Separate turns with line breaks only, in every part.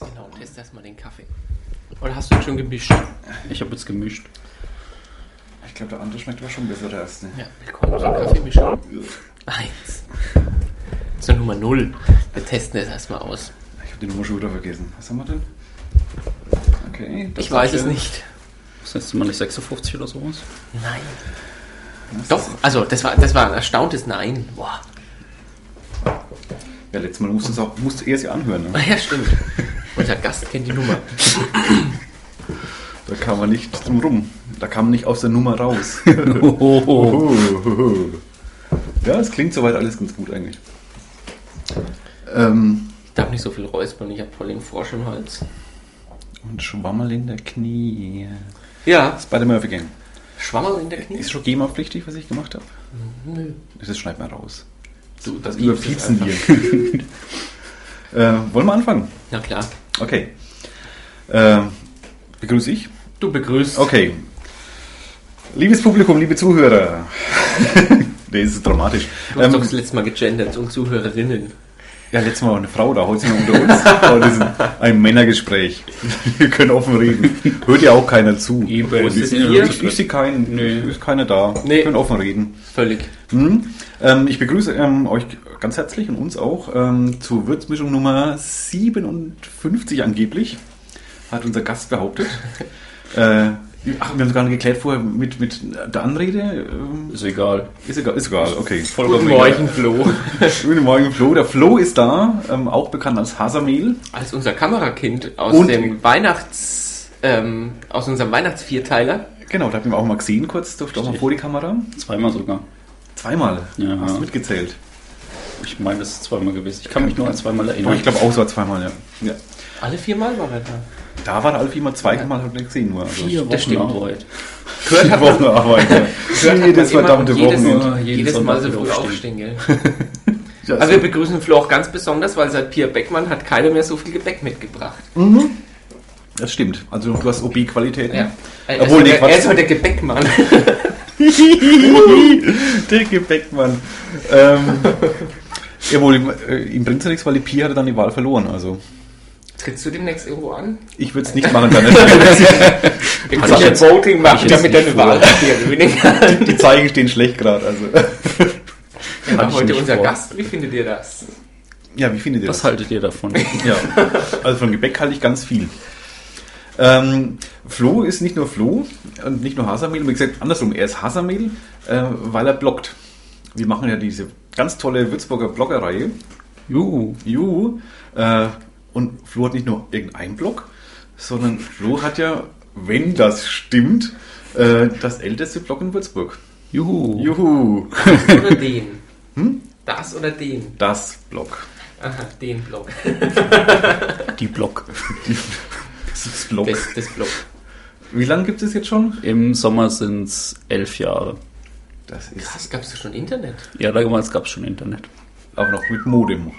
Genau, test erstmal den Kaffee. Oder hast du ihn schon gemischt?
Ich habe jetzt gemischt.
Ich glaube, der andere schmeckt aber schon besser, der erste.
Ja, willkommen zur Kaffeemischung. Eins. Zur Nummer null. Wir testen es erstmal aus.
Ich habe die Nummer schon wieder vergessen. Was haben wir denn? Okay. das
Ich weiß
ist
es
ja-
nicht.
Das letzte Mal nicht 56 oder sowas.
Nein.
Was?
Doch, also das war, das war ein erstauntes Nein. Boah.
Ja, letztes Mal musst du es auch, musst du erst anhören. Ne?
Ja, stimmt. Unser Gast kennt die Nummer.
Da kam man nicht drum rum. Da kam man nicht aus der Nummer raus.
Ohoho.
Ohohoho. ja, es klingt soweit alles ganz gut eigentlich. Ähm,
Ich darf nicht so viel räuspern, ich habe voll den Frosch im Hals.
und Schwammerl in der Knie.
Ja.
Spider-Murphy Gang.
Schwammerl in der Knie?
Ist schon GEMA-pflichtig, was ich gemacht habe?
Nö.
Das schneid mal raus.
Du,
Das
piepst
überpiezen
es
wir.
einfach.
äh, wollen wir anfangen?
Na klar.
Okay. Äh, begrüße ich.
Du begrüßt.
Okay. Liebes Publikum, liebe Zuhörer. nee, das ist dramatisch.
Du hast
Ähm,
doch das letzte Mal gegendert und Zuhörerinnen.
ja, letztes Mal war eine Frau da, heute sind wir unter uns. Aber das ist ein Männergespräch. wir können offen reden. Hört ja auch keiner zu.
Eben.
Ich,
Wir
ich,
sind ja nur
ich,
zu dritt.
sehe keinen.
Nee.
Ist keiner da.
Nee.
Wir können offen reden.
Völlig.
Hm. Ähm, ich begrüße ähm, euch ganz herzlich und uns auch ähm, zur Würzmischung Nummer 57 angeblich, hat unser Gast behauptet. äh, ach, wir haben sogar nicht geklärt vorher mit, mit der Anrede. ähm,
Ist egal.
Ist egal, ist egal okay.
Vollkommen
Flo.
Guten Morgen, Flo. Der Flo ist da, ähm, auch bekannt als Hasermehl.
Als unser Kamerakind aus
Und-
dem Weihnachts... Ähm, aus unserem Weihnachtsvierteiler.
Genau, da haben wir auch mal gesehen kurz, durfte auch mal
Richtig.
vor die Kamera.
Zweimal sogar.
Zweimal,
Ja.
hast du mitgezählt.
Ich meine, das ist zweimal gewesen. Ich kann mich nur an zweimal
Doch,
erinnern.
ich glaube auch so zweimal, ja. ja.
Alle viermal war er da.
Da war der Alfie immer zweimal, hat er nicht gesehen nur. Also.
vier
Das
Wochen
stimmt.
Arbeit.
Gehört hat Wochen Arbeit. ja.
Hört hat
Jedes
man immer
verdammte
und jedes,
Wochenende.
Ja, jeden
Jedes Mal
Sonntag
so früh
wieder aufstehen.
aufstehen, gell?
Ja,
Aber wir begrüßen Flo auch ganz besonders, weil seit Pia Beckmann hat keiner mehr so viel Gebäck mitgebracht.
das stimmt. Also du hast OB-Qualitäten.
Er,
Obwohl,
ist
nee,
heute,
Quatsch.
er ist heute Äh, also der Gebäckmann.
Dicke Beckmann. Ähm, jawohl, ihm, äh, ihm bringt es ja nichts, weil die Pi hatte dann die Wahl verloren. Also
Trittst du demnächst irgendwo an?
ich würde es nicht machen. Dann.
Wir
ich jetzt-
Voting machen,
ich jetzt
damit
nicht
deine Wahl
vor.
hat hier weniger.
die Zeichen stehen schlecht gerade. Also.
Aber
ich
heute
nicht
unser
vor.
Gast, wie findet ihr das?
Ja, wie findet ihr das?
Was haltet ihr davon?
Ja, also von Gebäck halte ich ganz viel. Ähm, Flo ist nicht nur Flo und nicht nur Hasermehl, wie gesagt, andersrum, er ist Hasermehl, äh, weil er bloggt. Wir machen ja diese ganz tolle Würzburger Bloggerreihe.
Juhu.
Juhu. Äh, und Flo hat nicht nur irgendeinen Blog, sondern Flo hat ja, wenn das stimmt, äh, das älteste Blog in Würzburg.
Juhu.
Juhu.
Das oder den?
Hm?
Das oder den?
Das Blog.
Aha, den Block.
Die Block.
Das Blog.
Das, das Block.
Wie lange gibt es jetzt schon?
Im Sommer sind es elf Jahre.
Das ist
Krass, gab's da schon Internet?
Ja, damals gab es schon Internet.
aber noch mit Modem.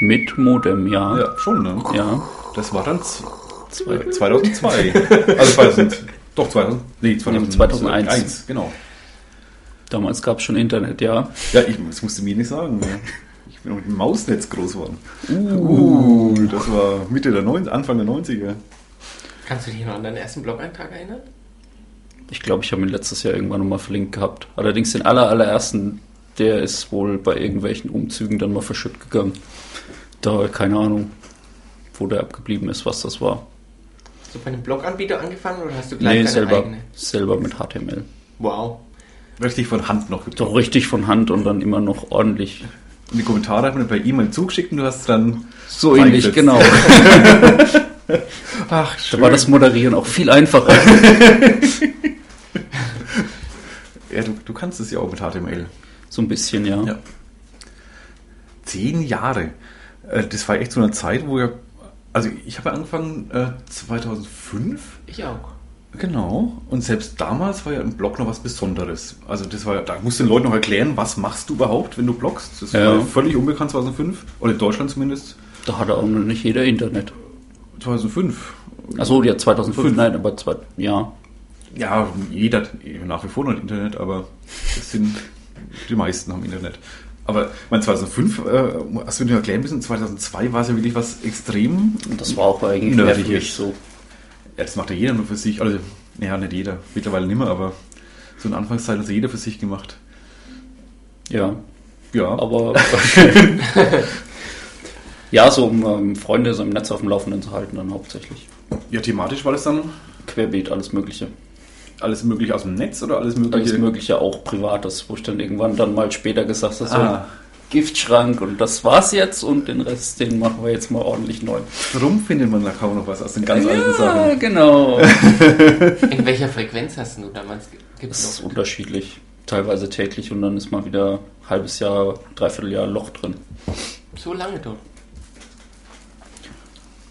Mit Modem,
Ah.
ja.
Ja, schon, ne?
Ja.
Das war dann z- zwei- 2002. also 2000. Doch, 2000. Nee, 2000,
2001.
Genau.
Damals gab es schon Internet, ja.
Ja, ich, das musst du mir nicht sagen. ne? Ich bin auch mit dem Mausnetz groß geworden.
Uh.
Uh, das war Mitte der 90, Anfang der 90er.
Kannst du dich noch an deinen ersten Blog-Eintrag erinnern?
Ich glaube, ich habe ihn letztes Jahr irgendwann nochmal verlinkt gehabt. Allerdings den aller, allerersten, der ist wohl bei irgendwelchen Umzügen dann mal verschütt gegangen. Da, keine Ahnung, wo der abgeblieben ist, was das war.
So bei einem Blog-Anbieter angefangen oder hast du gleich
Nee,
deine
selber,
eigene?
selber mit HTML.
Wow.
Richtig von Hand noch geblockt.
Doch richtig von Hand und dann immer noch ordentlich.
Und die Kommentare hat man per E-Mail zugeschickt und du hast dann.
So ähnlich,
Reingesetzt.
genau.
Ach,
Da
schön.
war das Moderieren auch viel einfacher.
ja, du, du kannst es ja auch mit HTML.
So ein bisschen, ja.
Ja. Zehn Jahre. Äh, Das war echt so eine Zeit, wo ja. Also ich habe ja angefangen äh, 2005.
Ich auch.
Genau. Und selbst damals war ja ein Blog noch was Besonderes. Also das war ja, da musst du den Leuten noch erklären, was machst du überhaupt, wenn du bloggst. Das
Ja.
war ja völlig unbekannt 2005. Oder in Deutschland zumindest.
Da hatte auch noch nicht jeder Internet.
2005.
Achso, ja, 2005,
Fünf.
nein, aber zwei, ja.
Ja, jeder hat nach wie vor noch Internet, aber das sind die meisten haben Internet. Aber ich meine, 2005, äh, hast du mir erklären müssen, 2002 war es ja wirklich was extrem.
Und das war auch eigentlich
Nervig
mehr für mich
ist.
so.
Ja, das macht ja jeder nur für sich. Also, naja, nicht jeder. Mittlerweile nimmer, aber so in Anfangszeit hat es jeder für sich gemacht.
Ja,
Ja,
aber. ja, so um ähm, Freunde so im Netz auf dem Laufenden zu halten, dann hauptsächlich.
ja thematisch war das dann
Querbeet, alles Mögliche.
alles Mögliche aus dem Netz oder alles
Alles
Mögliche?
Mögliche, auch Privates, wo ich dann irgendwann dann mal später gesagt habe, so
Ah.
Giftschrank und das war's jetzt und den Rest, den machen wir jetzt mal ordentlich neu.
Drum findet man da kaum noch was aus den ganz alten Sachen.
ja, genau.
In welcher Frequenz hast du damals ge-
Es ist
gibt's noch?
unterschiedlich. Teilweise täglich und dann ist mal wieder ein halbes Jahr, dreiviertel Jahr Loch drin.
So lange dort.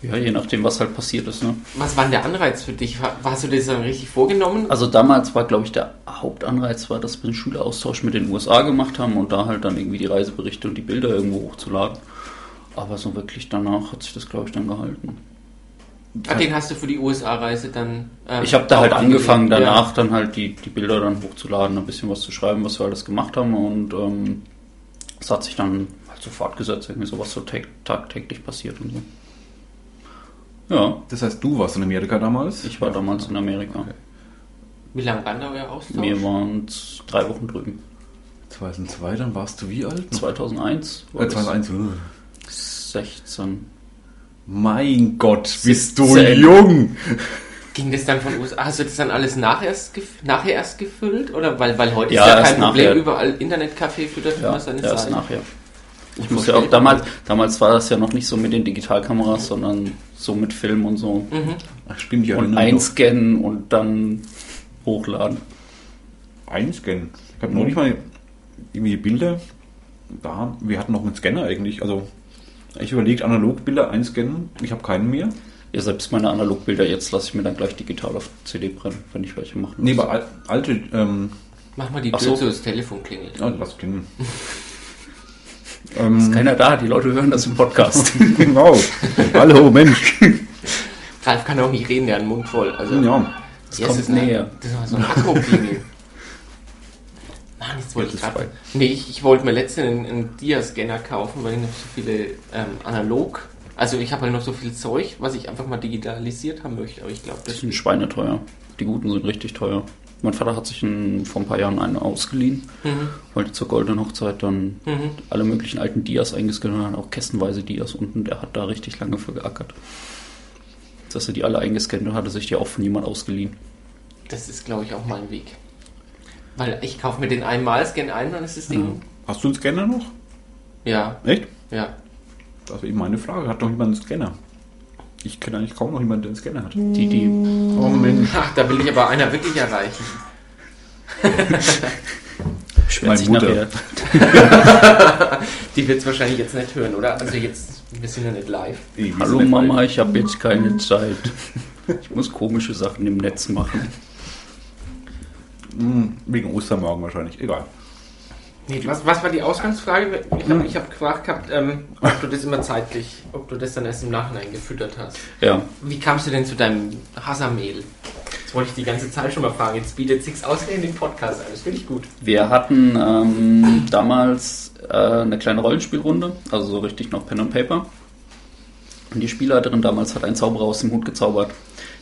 Ja, je nachdem, was halt passiert ist. Ne?
Was war denn der Anreiz für dich? War- Hast du dir das dann richtig vorgenommen?
Also damals war, glaube ich, der Hauptanreiz war, dass wir einen Schüleraustausch mit den USA gemacht haben und da halt dann irgendwie die Reiseberichte und die Bilder irgendwo hochzuladen. Aber so wirklich danach hat sich das, glaube ich, dann gehalten.
Ah, den hast du für die USA-Reise dann. ähm,
Ich habe da
auch
halt angefangen,
angelegt.
danach dann halt die, die Bilder dann hochzuladen, ein bisschen was zu schreiben, was wir alles gemacht haben und ähm, es hat sich dann halt so fortgesetzt, irgendwie sowas so tag tagtäglich passiert und so. Ja,
Das heißt, du warst in Amerika damals?
ich war damals in Amerika.
Ja. Wie lange war da euer Austausch?
Wir waren drei Wochen drüben.
2002, dann warst du wie alt?
2001 war
Äh,
das
2001. uh.
16.
Mein Gott, bist du
17.
jung!
Ging das dann von USA? Hast du das dann alles nachher erst, gef nachher erst gefüllt? Oder weil, weil heute
Ja,
ist ja
erst
kein Problem,
nachher.
überall Internetcafé füttert
Ja,
immer seine
erst
Seite.
nachher. Ich
muss
muss ja
später.
auch damals, damals war das ja noch nicht so mit den Digitalkameras, sondern so mit Film und so.
Mhm.
Ach, stimmt, ich
Und
erinnere mich
einscannen und dann hochladen.
noch. Einscannen. Ich habe noch nicht mal irgendwie Bilder da. Wir hatten noch einen Scanner eigentlich. Also, ich überlegt, analog Bilder einscannen. Ich habe keinen mehr.
Ja, selbst meine Analogbilder jetzt lasse ich mir dann gleich digital auf CD brennen, wenn ich welche machen muss.
Nee, aber al- alte, ähm,
Mach mal die
Ach
Tür
so.
zu, das Telefon klingelt.
ah, lass klingen.
ist keiner da, die Leute hören das im Podcast.
Genau. Hallo, Mensch.
Ralf kann auch nicht reden, der hat den Mund voll. Also,
Ja,
das
kommt näher.
Das war so ein Akku-Klingel. Mann, jetzt wollte
Jetzt
ich
ist
gerade. Nee, ich, ich wollte mir letztens einen, einen Dia-Scanner kaufen, weil ich noch so viele ähm, analog. Also, ich habe halt noch so viel Zeug, was ich einfach mal digitalisiert haben möchte. Aber ich glaube,
Die
das
sind schweineteuer. Die guten sind richtig teuer. Mein Vater hat sich ein, vor ein paar Jahren einen ausgeliehen, wollte zur goldenen Hochzeit dann alle möglichen alten Dias eingescannt haben, auch kästenweise Dias unten. Der hat da richtig lange für geackert. Dass er die alle eingescannt hat, hatte sich die auch von jemand ausgeliehen.
Das ist, glaube ich, auch mein Weg. Weil ich kaufe mir den einmal, scan ein und es ist das Ding.
Hast du einen Scanner noch?
Ja,
Echt?
ja.
Das war eben meine Frage. Hat noch jemand einen Scanner? Ich kenne eigentlich kaum noch jemanden, der einen Scanner hat.
Die, die
Oh Mensch.
Ach, da will ich aber einer wirklich erreichen.
beschwert sich
Mutter.
nachher.
Die wird es wahrscheinlich jetzt nicht hören, oder? Also jetzt, wir sind ja nicht live.
Ey, wie
Hallo
ist denn der
Mama,
Fall?
ich habe jetzt keine Zeit. Ich muss komische Sachen im Netz machen.
Hm, Wegen Ostermorgen wahrscheinlich. Egal.
Nee, was, was war die Ausgangsfrage? Ich habe ich hab gefragt gehabt, ähm, ob du das immer zeitlich, ob du das dann erst im Nachhinein gefüttert hast.
Ja,
Wie kamst du denn zu deinem Hasammehl? Das wollte ich die ganze Zeit schon mal fragen. Jetzt bietet Six ausgerechnet den Podcast an. Das finde ich gut.
Wir hatten ähm, damals äh, eine kleine Rollenspielrunde, also so richtig noch Pen and Paper. Und die Spielleiterin damals hat einen Zauberer aus dem Hut gezaubert.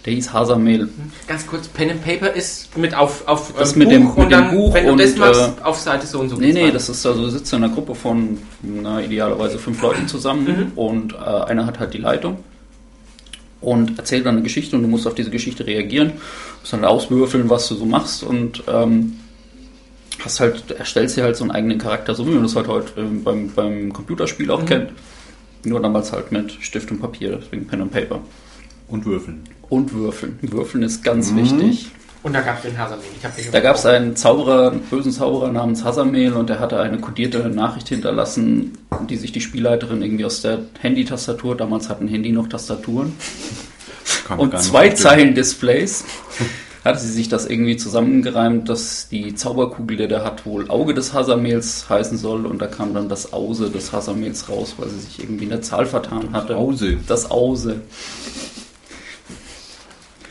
Der hieß Hasamel.
Ganz kurz, Pen and Paper ist mit auf, auf
Das
ähm,
mit dem- mit
und
dem
dann,
Buch
wenn du
und,
das machst,
äh,
auf Seite so und so.
Nee,
geht's
nee,
weiter.
das ist also, du sitzt in einer Gruppe von na, idealerweise fünf Leuten zusammen und äh, einer hat halt die Leitung und erzählt dann eine Geschichte und du musst auf diese Geschichte reagieren, musst dann auswürfeln, was du so machst und ähm, hast halt, erstellst dir halt so einen eigenen Charakter, so wie man das halt heute ähm, beim, beim Computerspiel auch kennt. Nur damals halt mit Stift und Papier, deswegen Pen und Paper.
Und Würfeln.
Und Würfeln. Würfeln ist ganz wichtig.
Und da gab es den Hasammehl. Ich hab den
Da gab es einen Zauberer, einen bösen Zauberer namens Hasamel und der hatte eine kodierte Nachricht hinterlassen, die sich die Spielleiterin irgendwie aus der Handy-Tastatur, damals hatten Handy noch Tastaturen,
Kann
und
gar nicht
zwei
so
Zeilen Displays, hatte sie sich das irgendwie zusammengereimt, dass die Zauberkugel, die der hat, wohl Auge des Hasamels heißen soll und da kam dann das Ause des Hasamels raus, weil sie sich irgendwie in der Zahl vertan hatte.
Ause.
Das Ause.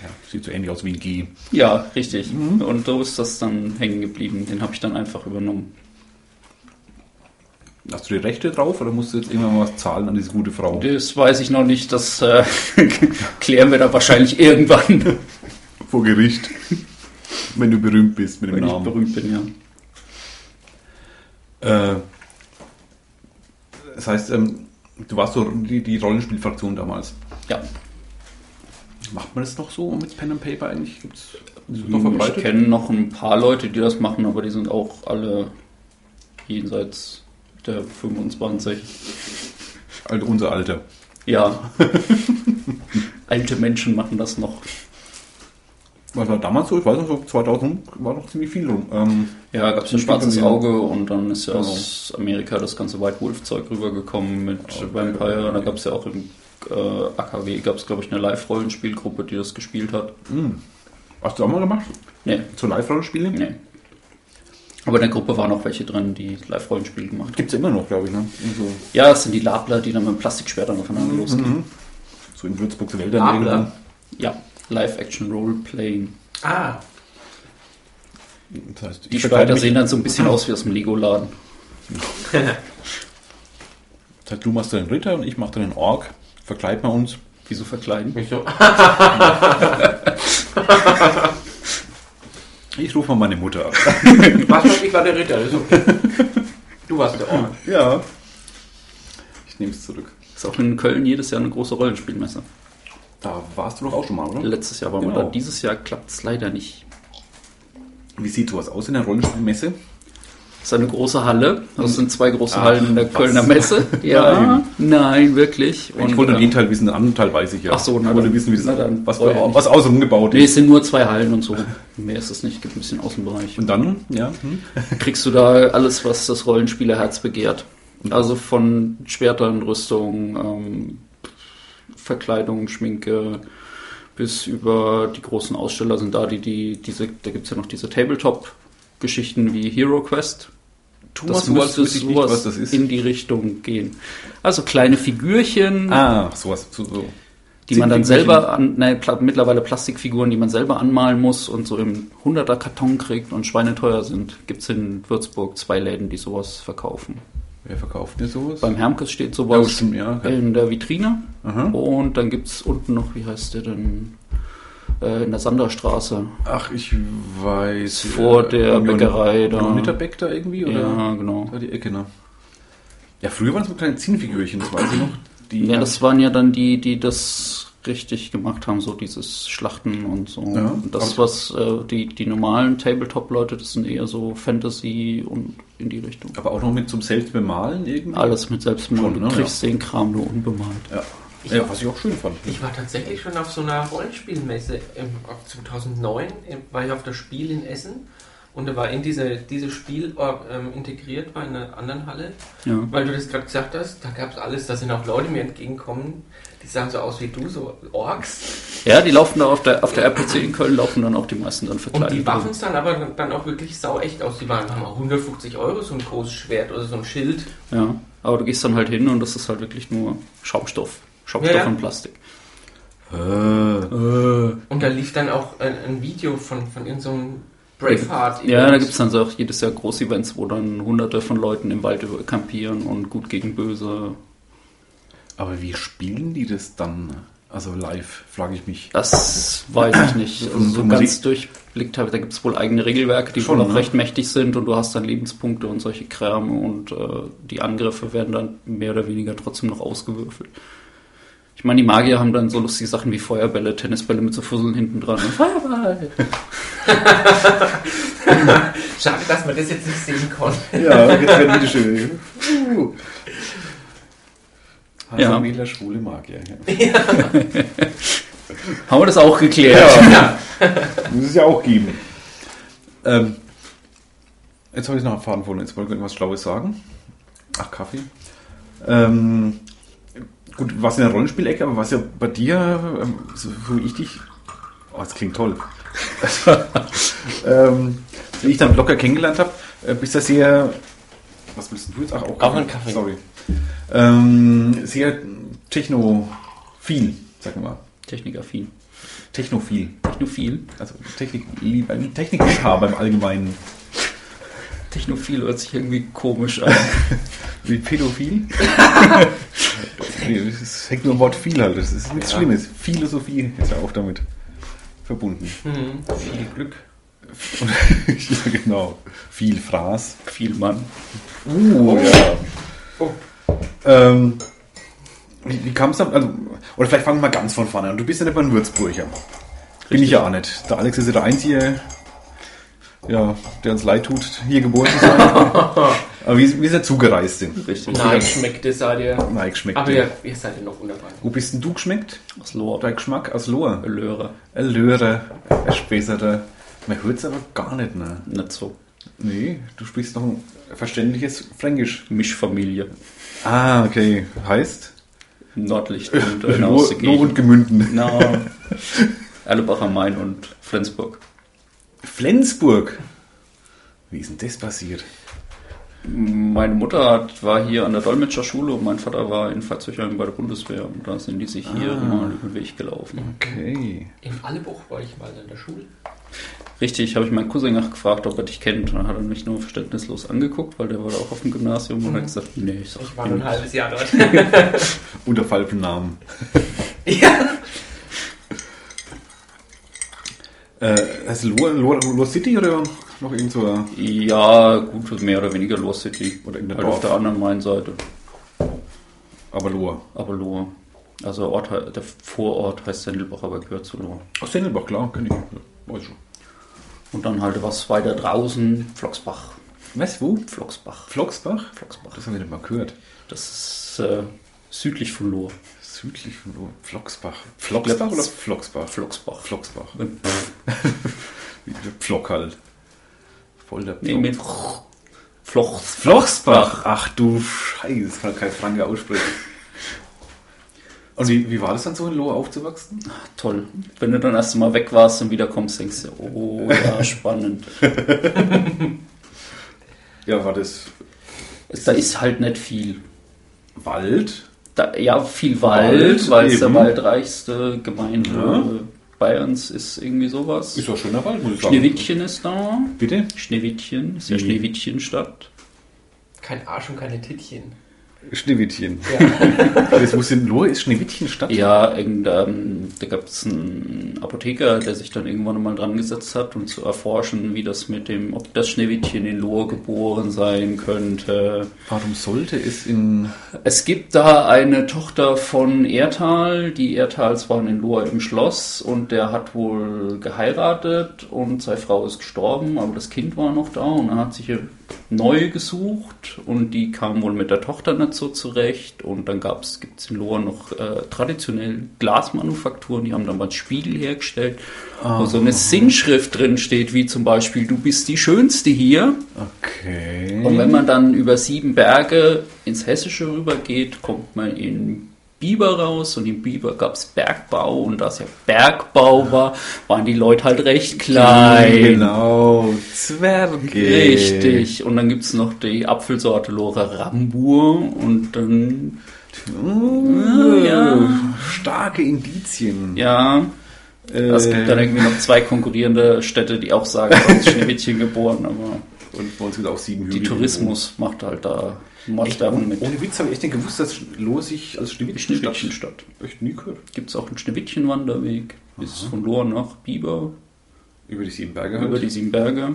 Ja, sieht so ähnlich aus wie ein G.
Ja, richtig.
Mhm.
Und so ist das dann hängen geblieben. Den habe ich dann einfach übernommen.
Hast du die Rechte drauf oder musst du jetzt irgendwann mal was zahlen an diese gute Frau?
Das weiß ich noch nicht, das äh, klären wir dann wahrscheinlich irgendwann,
Vor Gericht. Wenn du berühmt bist mit dem
wenn ich
Namen.
berühmt bin, ja.
Äh, das heißt, ähm, du warst so die, die Rollenspielfraktion damals.
Ja,
Macht man das noch so mit Pen and Paper eigentlich? Gibt's ist das noch
ich
verbreitet?
kenne noch ein paar Leute, die das machen, aber die sind auch alle jenseits der 25.
Also unser Alter.
Ja, alte Menschen machen das noch.
Was war damals so? Ich weiß noch, so 2000 war noch ziemlich viel rum. Ähm,
Ja, gab es ja
Ich
Schwarzes
bin mir-
Auge und dann ist ja
Genau.
aus Amerika das ganze White Wolf-Zeug rübergekommen mit Vampire. Und da gab es ja auch im äh, AKW, gab es glaube ich eine Live-Rollenspielgruppe, die das gespielt hat.
hm. hast du auch mal gemacht?
Nee,
Zu Live-Rollenspielen?
nee. Aber in der Gruppe waren auch welche drin, die Live-Rollenspiel gemacht haben.
Gibt es immer noch, glaube ich. Ne? Und So,
Ja, das sind die Labler, die dann mit dem Plastikschwert aufeinander
Mhm.
losgehen.
so in Würzburgs Wäldern.
Adler.
irgendwann.
Ja, Live-Action-Role-Playing.
Ah,
Das heißt, ich
Die
verkleide
Schwerter
mich-
sehen dann so ein bisschen aus wie aus dem Lego-Laden.
Das heißt, du machst den Ritter und ich mache den Ork. Verkleiden wir uns.
Wieso verkleiden?
mich so.
Ich rufe mal meine Mutter an.
Was weiß ich war halt der Ritter, ist okay. Du warst der Ort.
ja. Ich nehme es zurück.
Ist auch in Köln jedes Jahr eine große Rollenspielmesse.
Da warst du doch auch schon mal, oder?
Letztes Jahr waren wir
Genau.
da, dieses Jahr klappt es leider nicht.
Wie sieht sowas aus in der Rollenspielmesse?
Das ist eine große Halle. Das sind zwei große
Ach,
Hallen in der
was?
Kölner Messe. Ja, nein, wirklich.
Ich wollte nur
äh,
den Teil wissen, den anderen Teil weiß ich ja.
Ach so,
ich
na
wollte
dann.
wissen, wie das,
Na dann.
was,
Wollte ich nicht.
was außenrum gebaut
Nee,
ist.
es sind nur zwei Hallen und so. Mehr ist es nicht. Gibt ein bisschen Außenbereich.
Und dann, ja, hm?
kriegst du da alles, was das Rollenspielerherz begehrt. Also von Schwertern, Rüstung, ähm, Verkleidung, Schminke bis über die großen Aussteller sind da, die, die diese, da gibt es ja noch diese Tabletop-Geschichten wie Hero Quest.
Thomas,
das müsste
wüsste ich nicht,
sowas
was das ist.
in die Richtung gehen. Also kleine Figürchen,
ah, sowas. So, so.
die man dann
Ziemlich
selber an, nein, pla mittlerweile Plastikfiguren, die man selber anmalen muss und so im 100er Karton kriegt und schweineteuer sind. Gibt es in Würzburg zwei Läden, die sowas verkaufen.
Wer verkauft denn sowas?
Beim Hermkes steht
ja,
sowas
stimmt, ja. ja.
in der Vitrine
Aha.
und dann gibt es unten noch, wie heißt der denn, äh, in der Sanderstraße
Ach, ich weiß.
vor der
äh, Union-
Bäckerei da.
Uniterbeck da irgendwie, oder?
Ja, genau.
Da die Ecke, ne? Ja, früher waren es so kleine Zinnfigürchen, das weiß ich noch. Die
Ja, das waren ja dann die, die das richtig gemacht haben, so dieses Schlachten und so.
Ja,
und das,
aber-
was äh, die, die normalen Tabletop-Leute, das sind eher so Fantasy und in die Richtung.
aber auch noch mit zum Selbstbemalen irgendwie.
Alles mit Selbstmord.
Schon,
Du
ne,
kriegst den Kram nur unbemalt.
Ja. ja, was ich auch schön fand.
Ich war tatsächlich schon auf so einer Rollenspielmesse im, ab 2009, im- war ich auf das Spiel in Essen und da war in diese, dieses Spiel äh, ähm, integriert bei einer anderen Halle,
Ja.
weil du das gerade gesagt hast, da gab es alles, da sind auch Leute mir entgegenkommen, die sahen so aus wie du, so Orks
ja, die laufen da auf der, auf der RPC in Köln, laufen dann auch die meisten dann
und
verkleidet.
die Waffen
rum.
sahen aber dann auch wirklich sau echt aus, die waren haben auch 150 Euro so ein großes Schwert oder so ein Schild.
Ja, aber du gehst dann halt hin und das ist halt wirklich nur Schaumstoff. Schaumstoff
Ja, ja.
und Plastik.
Äh.
Und da lief dann auch ein, ein Video von, von irgendeinem so Braveheart.
Ja, da gibt es dann so auch jedes Jahr Großevents, wo dann hunderte von Leuten im Wald über- kampieren und gut gegen böse
Aber wie spielen die das dann? Also live, frage ich mich.
Das weiß ich nicht. Also so
Musik-
ganz durchblickt habe, da gibt es wohl eigene Regelwerke, die
Schon,
wohl auch
ne?
recht mächtig sind und du hast dann Lebenspunkte und solche Kräme und äh, die Angriffe werden dann mehr oder weniger trotzdem noch ausgewürfelt. Ich meine, die Magier haben dann so lustige Sachen wie Feuerbälle, Tennisbälle mit so Fusseln hinten dran. ne? und Feuerball!
Schade, dass man das jetzt nicht sehen konnte.
Ja, jetzt werden wieder schön.
Ja.
Hasenmädler, Also schwule Magier. Ja.
haben wir das auch geklärt?
Ja. Muss es ja auch geben. Ähm, jetzt habe ich noch einen Faden verloren. Jetzt wollte ich irgendwas Schlaues sagen. Ach, Kaffee. Ähm, gut, was in der Rollenspielecke, aber was ja bei dir, ähm, so, so wie ich dich. Oh, das klingt toll. ähm, wie ich dann locker kennengelernt habe, äh, bist du sehr. Was willst denn du jetzt? Ach, auch Kaffee.
einen Kaffee.
Sorry. Ähm, sehr technophil, sag mal.
Technikaffin.
Technophil.
Technophil.
äh, Also Technik, Technikliebhaber im Allgemeinen.
Technophil hört sich irgendwie komisch an.
Wie pädophil? nee, das ist- hängt nur am Wort viel halt. Das ist nichts
Ja.
Schlimmes. Philosophie ist ja auch damit verbunden.
Mhm. Viel Glück.
Und, ja, genau. Viel Fraß.
Viel Mann.
Uh, ja.
Oh.
Ähm, wie wie kam es dann? Also, oder vielleicht fangen wir mal ganz von vorne an. Du bist ja nicht mal ein Würzburger. Bin ich ja auch nicht. Der Alex ist ja der Einzige, ja, der uns leid tut, hier geboren zu sein. Aber wie ist, wie ist er zugereist denn?
Richtig.
Nein, schmeckt es, seid ihr.
Nein, geschmeckt.
Aber ihr, ihr seid ja noch wunderbar.
Wo bist denn du geschmeckt?
Aus Lohr.
Dein Geschmack aus Lohr.
Löhre.
Ein Löhrer, ein Späßerer. Man hört es aber gar nicht, ne?
Nicht so.
Nee, du sprichst noch ein verständliches Fränkisch.
Mischfamilie.
Ah, okay. Heißt?
Nordlicht und äh,
Lohr Lohr und Gemünden.
Na, Erlebacher Main und Flensburg.
Flensburg. Wie ist denn das passiert?
Meine Mutter hat, war hier an der Dolmetscherschule und mein Vater war in Pfalzöchern bei der Bundeswehr. Und dann sind die sich hier mal über den Weg gelaufen.
Okay.
In Allebuch war ich mal in der Schule.
Richtig, habe ich meinen Cousin nachgefragt, ob er dich kennt. Und dann hat er mich nur verständnislos angeguckt, weil der war da auch auf dem Gymnasium und hat gesagt, nee, ich sag
Ich war halt nur ein
dir
halbes Jahr dort.
Unter falschem Namen.
ja.
Äh, heißt Lohr, Lohr, Lohr City oder noch irgend so? ein-
nicht. Ja, gut, mehr oder weniger Lohr City.
Oder irgendein
halt auf
Dorf.
der anderen Mainseite.
Aber Lohr.
Aber Lohr. Also Ort, he- der Vorort heißt Sendelbach, aber gehört zu Lohr.
Aus Sendelbach, klar, kenne ich. Ja, Weiß schon.
Und dann halt was weiter draußen, Flocksbach.
Was, wo?
Flocksbach.
Flocksbach?
Flocksbach.
Das haben wir nicht mal gehört.
Das ist äh, südlich von Lohr.
Südlich von Lohr. Flocksbach. Flocksbach oder Flocksbach?
Flocksbach.
Flocksbach.
Pff,
Wie der Pflock halt. Voll der Pflock.
nee, mit Floch. Floch.
Flochsbach. Ach du Scheiße, das kann kein Franke aussprechen. Und wie, wie war das dann so in Lohr aufzuwachsen?
Toll. Wenn du dann erst mal weg warst und wieder kommst, denkst du, oh ja, spannend.
Ja, war das
Es- da ist halt nicht viel.
Wald?
Da, ja, viel
Wald,
Wald, weil es der
eben.
waldreichste Gemeinde
Ja.
Bayerns ist, irgendwie sowas.
Ist doch schöner Wald, muss ich sagen.
Schneewittchen ist da.
Bitte?
Schneewittchen, ist ja
Wie?
Schneewittchenstadt.
Kein Arsch und keine Tittchen.
Schneewittchen.
Ja.
Das muss in Lohr ist Schneewittchenstadt.
Ja, irgend, ähm, da gab es einen Apotheker, der sich dann irgendwann mal dran gesetzt hat, um zu erforschen, wie das mit dem, ob das Schneewittchen in Lohr geboren sein könnte.
Warum sollte es in.
Es gibt da eine Tochter von Ertal. Die Ertals waren in Lohr im Schloss und der hat wohl geheiratet und seine Frau ist gestorben, aber das Kind war noch da und er hat sich eine neue gesucht und die kam wohl mit der Tochter nicht so zurecht. Und dann gibt es in Lohr noch äh, traditionell Glasmanufakturen, die haben damals Spiegel hergestellt, wo so eine Sinnschrift drin steht, wie zum Beispiel: Du bist die Schönste hier.
Okay.
Und wenn man dann über sieben Berge ins Hessische rübergeht, kommt man in Biber raus und in Biber gab es Bergbau und da es ja Bergbau war, waren die Leute halt recht klein.
Genau. Zwerge.
Richtig. Und dann gibt es noch die Apfelsorte Lora Rambur und dann,
Uh,
Ja.
Starke Indizien.
ja,
Äh,
es gibt dann irgendwie noch zwei konkurrierende Städte, die auch sagen, da ist Schneewittchen geboren, aber
und bei uns gibt es auch sieben
die
Hügel.
Tourismus macht halt da
Echt,
Maßstäben
ohne,
mit.
ohne Witz habe ich echt nicht gewusst, dass Lohr sich als Schneewittchenstadt.
Schneewittchenstadt.
Echt nie gehört.
gibt es auch einen Schneewittchenwanderweg bis von Lohr nach Biber
Über die sieben Berge
über
halt.
die Siebenberge.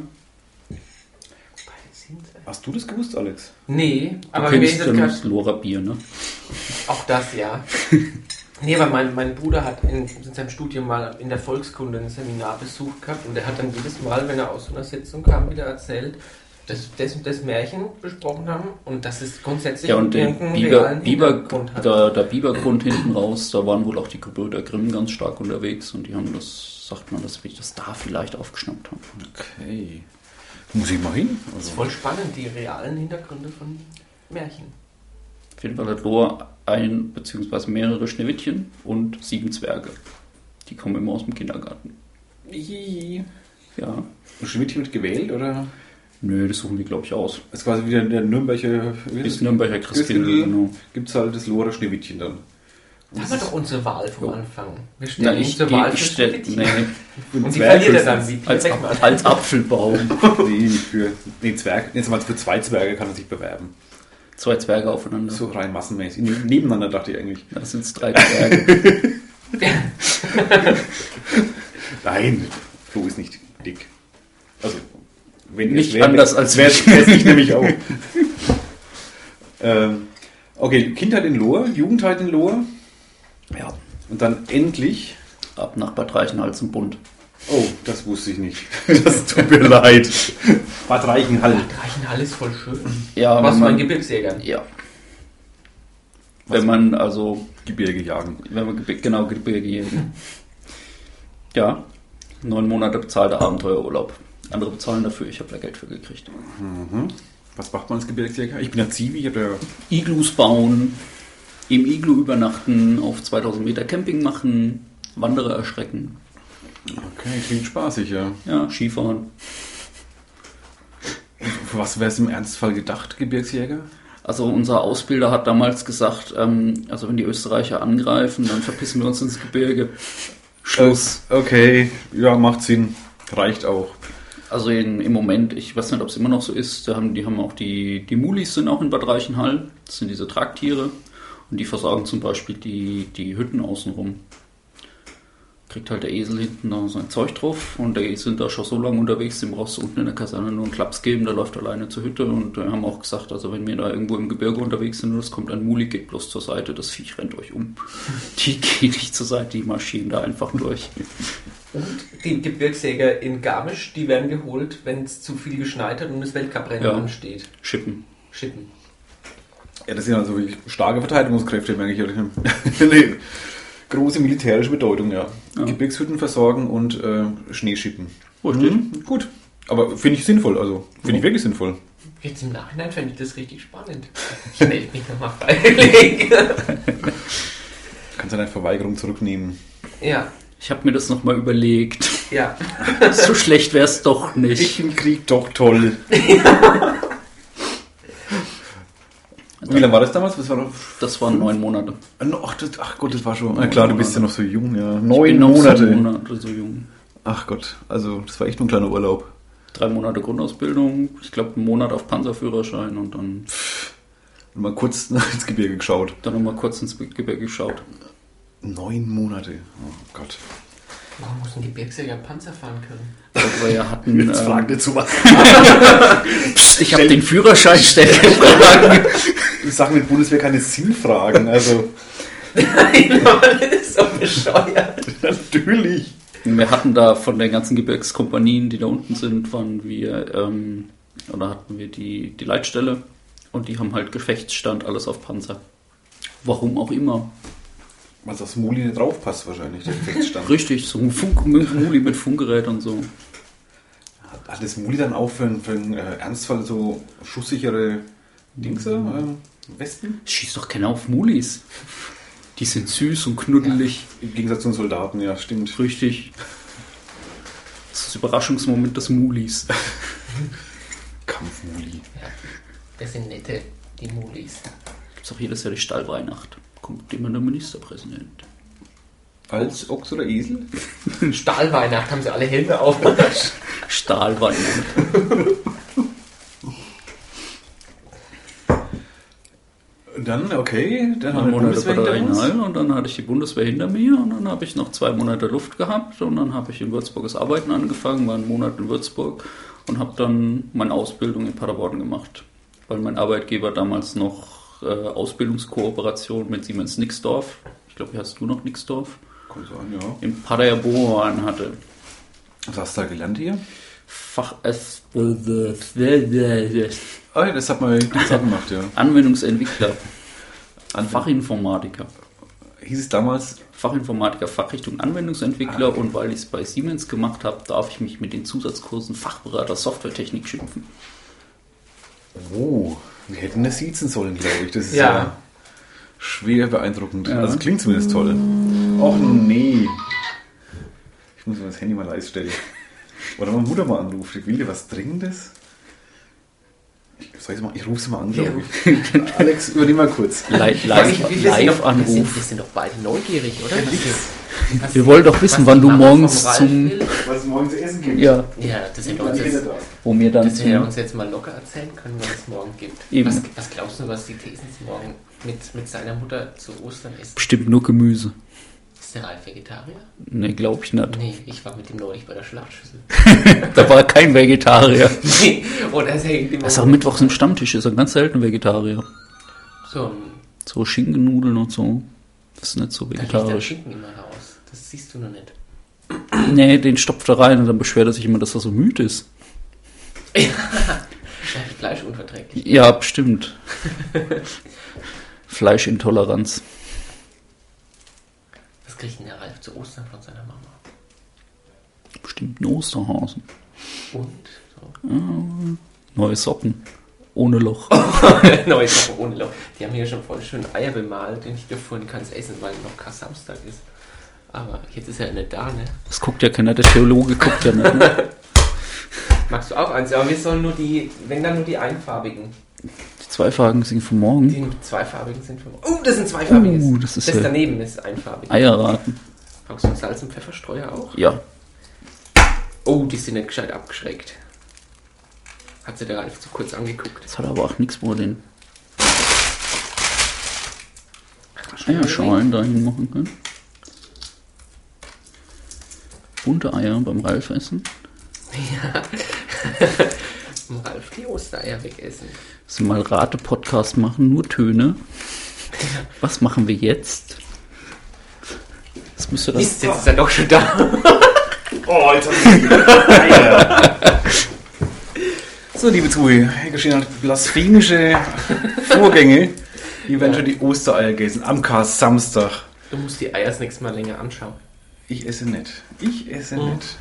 Hast du das gewusst, Alex?
Nee,
Du
aber mir
kennst
ist jetzt grad-
das Lohrer Bier, ne?
Auch das, ja. Nee, weil mein, mein Bruder hat in, in seinem Studium mal in der Volkskunde ein Seminar besucht gehabt und er hat dann jedes Mal, wenn er aus so einer Sitzung kam, wieder erzählt, dass das und das Märchen besprochen haben und das ist grundsätzlich
Ja, und den
irgendeinen
Biber,
realen
Biber, also
Hintergrund hat.
da, der Bibergrund hinten raus, da waren wohl auch die Gebrüder Grimm ganz stark unterwegs und die haben das, sagt man, dass wir das da vielleicht aufgeschnappt haben.
Okay. Muss ich mal hin?
Das
Also,
ist voll spannend, die realen Hintergründe von Märchen.
Auf jeden Fall hat Lohr ein bzw. mehrere Schneewittchen und sieben Zwerge. Die kommen immer aus dem Kindergarten. Ja.
Schneewittchen wird gewählt oder?
Nö, das suchen die, glaube ich, aus.
Das ist quasi wieder der Nürnberger. wie heißt
Ist
das?
Nürnberger Christkindl, genau.
Gibt es halt das Lohrer Schneewittchen dann.
Da haben wir doch unsere Wahl vom
Jo.
Anfang. Wir
Na,
stellen
ich
unsere
gehe,
Wahl
ich
für
stelle,
Spaghetti.
nee,
Und die verliert er dann wie
als,
Sag
Ap-
mal.
als Apfelbaum.
Nee, nicht für. Nee, Zwerg. Jetzt mal für zwei Zwerge kann er sich bewerben.
Zwei Zwerge aufeinander.
So rein massenmäßig. Nee, Nebeneinander dachte ich eigentlich.
Das sind drei Zwerge.
Nein, Flo ist nicht dick. Also, wenn
Nicht
wär-
anders als
wär,
ich.
wär's ich nämlich auch. ähm, okay, Kindheit in Lohr, Jugendheit in Lohr
ja,
und dann endlich.
ab nach Bad Reichenhals im Bund.
Oh, das wusste ich nicht. Das tut mir leid. Bad Reichenhall.
Reichenhall ist voll schön.
Ja,
Was
wenn
mein
man,
Gebirgsjägern.
ja. wenn man also,
Gebirge jagen.
wenn man Gebir- genau Gebirge jägen. Ja, neun Monate bezahlter Abenteuerurlaub. Andere bezahlen dafür, ich habe da Geld für gekriegt.
Mhm. Was macht man als Gebirgsjäger? Ich bin ja Zivi, ich hab ja
Iglus bauen, im Iglu übernachten, auf 2000 Meter Camping machen, Wanderer erschrecken,
Okay, klingt spaßig, ja.
ja, Skifahren.
Für was wäre es im Ernstfall gedacht, Gebirgsjäger?
Also unser Ausbilder hat damals gesagt, ähm, also wenn die Österreicher angreifen, dann verpissen wir uns ins Gebirge. Schluss.
Äh, okay, ja, macht Sinn. Reicht auch.
Also in, im Moment, ich weiß nicht, ob es immer noch so ist, da haben, die haben auch die, die Mulis sind auch in Bad Reichenhall, das sind diese Tragtiere und die versorgen zum Beispiel die, die Hütten außenrum. Kriegt halt der Esel hinten noch sein Zeug drauf und die sind da schon so lange unterwegs, dem brauchst du unten in der Kaserne nur einen Klaps geben, der läuft alleine zur Hütte und äh, haben auch gesagt, also wenn wir da irgendwo im Gebirge unterwegs sind und es kommt ein Muli, geht bloß zur Seite, das Viech rennt euch um. Die gehen nicht zur Seite, die marschieren da einfach durch.
Und die Gebirgsjäger in Garmisch, die werden geholt, wenn es zu viel geschneit hat und das Weltcuprennen
Ja.
ansteht.
Schippen.
Schippen.
Ja, das sind also wirklich starke Verteidigungskräfte, merke ich. oder? nee. Große militärische Bedeutung, ja.
Ja.
Gebirgshütten versorgen und äh, Schneeschippen.
Richtig.
Mhm, gut. Aber finde ich sinnvoll, also finde ich wirklich sinnvoll.
Jetzt im Nachhinein fände ich das richtig spannend. Ich melde mich nochmal freiwillig.
Kannst du deine Verweigerung zurücknehmen.
ja,
Ich habe mir das nochmal überlegt.
ja.
So schlecht wäre es doch nicht.
im Krieg doch toll. Und Wie lange war das damals? Das war noch,
Das waren neun Monate.
ach, das, ach Gott, das war schon. Na klar, du bist ja noch so jung, ja. Neun
bin noch
Monate.
Sieben Monate so jung.
Ach Gott, also das war echt nur ein kleiner Urlaub.
Drei Monate Grundausbildung, ich glaube einen Monat auf Panzerführerschein und dann,
Und mal kurz ins Gebirge geschaut.
dann nochmal kurz ins Gebirge geschaut.
Neun Monate. Oh Gott.
Warum muss ein Gebirgsjäger Panzer fahren können?
Also wir hatten, ähm,
nicht zu was.
ich habe den Führerschein stellen gefragt.
Sachen mit Bundeswehr keine Zielfragen. Also
Nein, Mann, das ist so bescheuert.
natürlich.
Wir hatten da von den ganzen Gebirgskompanien, die da unten sind, waren wir, ähm, oder hatten wir die, die Leitstelle und die haben halt Gefechtsstand, alles auf Panzer. Warum auch immer.
Was das Muli nicht draufpasst wahrscheinlich, der Effektstand.
Richtig, so ein Funk, mit dem Muli mit Funkgerät und so.
Hat das Muli dann auch für einen, für einen äh, Ernstfall so schusssichere Dingse, ähm, Westen?
Schießt doch keiner auf Mulis. Die sind süß und knuddelig.
Im Gegensatz zu den Soldaten, ja, stimmt.
Richtig. Das ist das Überraschungsmoment des Mulis.
Kampfmuli.
Das sind nette, die Mulis.
Gibt's auch jedes Jahr die Stallweihnacht. Kommt immer der Ministerpräsident.
Als Ochs oder Esel?
Stahlweihnacht haben sie alle Helme auf.
Stahlweihnacht.
Und dann, okay, dann
Drei
haben wir
Monate bei
Bundeswehr
der
hinter uns.
Regional und dann hatte ich die Bundeswehr hinter mir und dann habe ich noch zwei Monate Luft gehabt und dann habe ich in Würzburg das Arbeiten angefangen, war einen Monat in Würzburg und habe dann meine Ausbildung in Paderborn gemacht, weil mein Arbeitgeber damals noch äh, Ausbildungskooperation mit Siemens Nixdorf, ich glaube, wie heißt du noch Nixdorf,
Kommt so an, ja.
in Paderborn hatte.
Was hast du da gelernt hier?
Fach es
Oh ja, das hat mal Dings gemacht, ja.
Anwendungsentwickler,
An
Fachinformatiker.
hieß es damals,
Fachinformatiker, Fachrichtung Anwendungsentwickler und weil ich es bei Siemens gemacht habe, darf ich mich mit den Zusatzkursen Fachberater Softwaretechnik schimpfen.
oh, wir hätten das siezen sollen, glaube ich. Das ist ja,
Ja.
schwer beeindruckend.
Ja.
Also klingt zumindest toll. Och nee. Ich muss mir das Handy mal leise stellen. Oder meine Mutter mal anruft. Ich will dir was Dringendes. Soll ich mal, ich rufe sie mal an,
Ja.
glaube ich. Alex, übernimm mal kurz.
Li
Sag ich, wir
live
sind doch-
live
Wir sind, wir
Anruf.
sind doch beide neugierig, oder?
Wir wollen doch wissen,
Was
wann
die
du
Mama vom
morgens
Ralf
zum
will.
Was es morgen zu essen gibt.
ja,
Ja, das hätte
Dann
er uns
geht
jetzt,
er da.
wo mir dann
das hätte er
zum,
uns jetzt mal locker erzählen können, was es morgen gibt.
Eben.
Was, was glaubst du, was die Thesen morgen mit, mit seiner Mutter zu Ostern ist?
bestimmt nur Gemüse.
Ist der Ralf Vegetarier?
Ne, glaube ich nicht.
Nee, ich war mit ihm neulich bei der Schlachtschüssel.
Da war kein Vegetarier.
Und er hängt immer
Er ist auch mittwochs im Stammtisch, ist er ganz selten Vegetarier.
so ein
So Schinkennudeln und so. Das ist nicht so
da riecht der
vegetarisch.
Schinken immer raus. Das siehst du noch nicht.
Nee, den stopft er rein und dann beschwert er sich immer, dass er so müde ist.
Vielleicht Fleischunverträglich.
Ja, bestimmt. Fleischintoleranz.
Was kriegt denn der Ralf zu Ostern von seiner Mama?
Bestimmt ein Osterhasen.
Und so.
Neue Socken. Ohne Loch.
Neue Sache ohne Loch. Die haben hier schon voll schön Eier bemalt und ich durfte vorhin keins essen, weil noch krass Samstag ist. Aber jetzt ist er nicht da, ne?
Das guckt ja keiner, der Theologe guckt ja nicht. Ne?
Magst du auch eins? Aber wir sollen nur die, wenn dann nur die einfarbigen.
Die zwei Fragen sind von morgen.
Die zweifarbigen sind vom. Oh, das sind zweifarbiges.
Oh, das ist
das
ja-
daneben ist einfarbig.
Eierraten.
Brauchst du Salz und Pfefferstreuer auch?
Ja.
Oh, die sind nicht gescheit abgeschreckt. Hat sie der Ralf zu kurz angeguckt.
Das hat aber auch nichts, wo er den Eierschalen dahin machen kann. Bunte Eier beim Ralf essen.
Dem Ralf die Ostereier wegessen.
Dass wir mal Rate-Podcast machen, nur Töne. Was machen wir jetzt? Das müsste das.
Mist, jetzt ist er doch schon da.
Oh, jetzt hat So, liebe Zuhörer, hier geschehen halt blasphemische Vorgänge. Hier werden schon die Ostereier gegessen am Kars Samstag.
Du musst die Eier das nächste Mal länger anschauen.
Ich esse nicht. Ich esse nicht.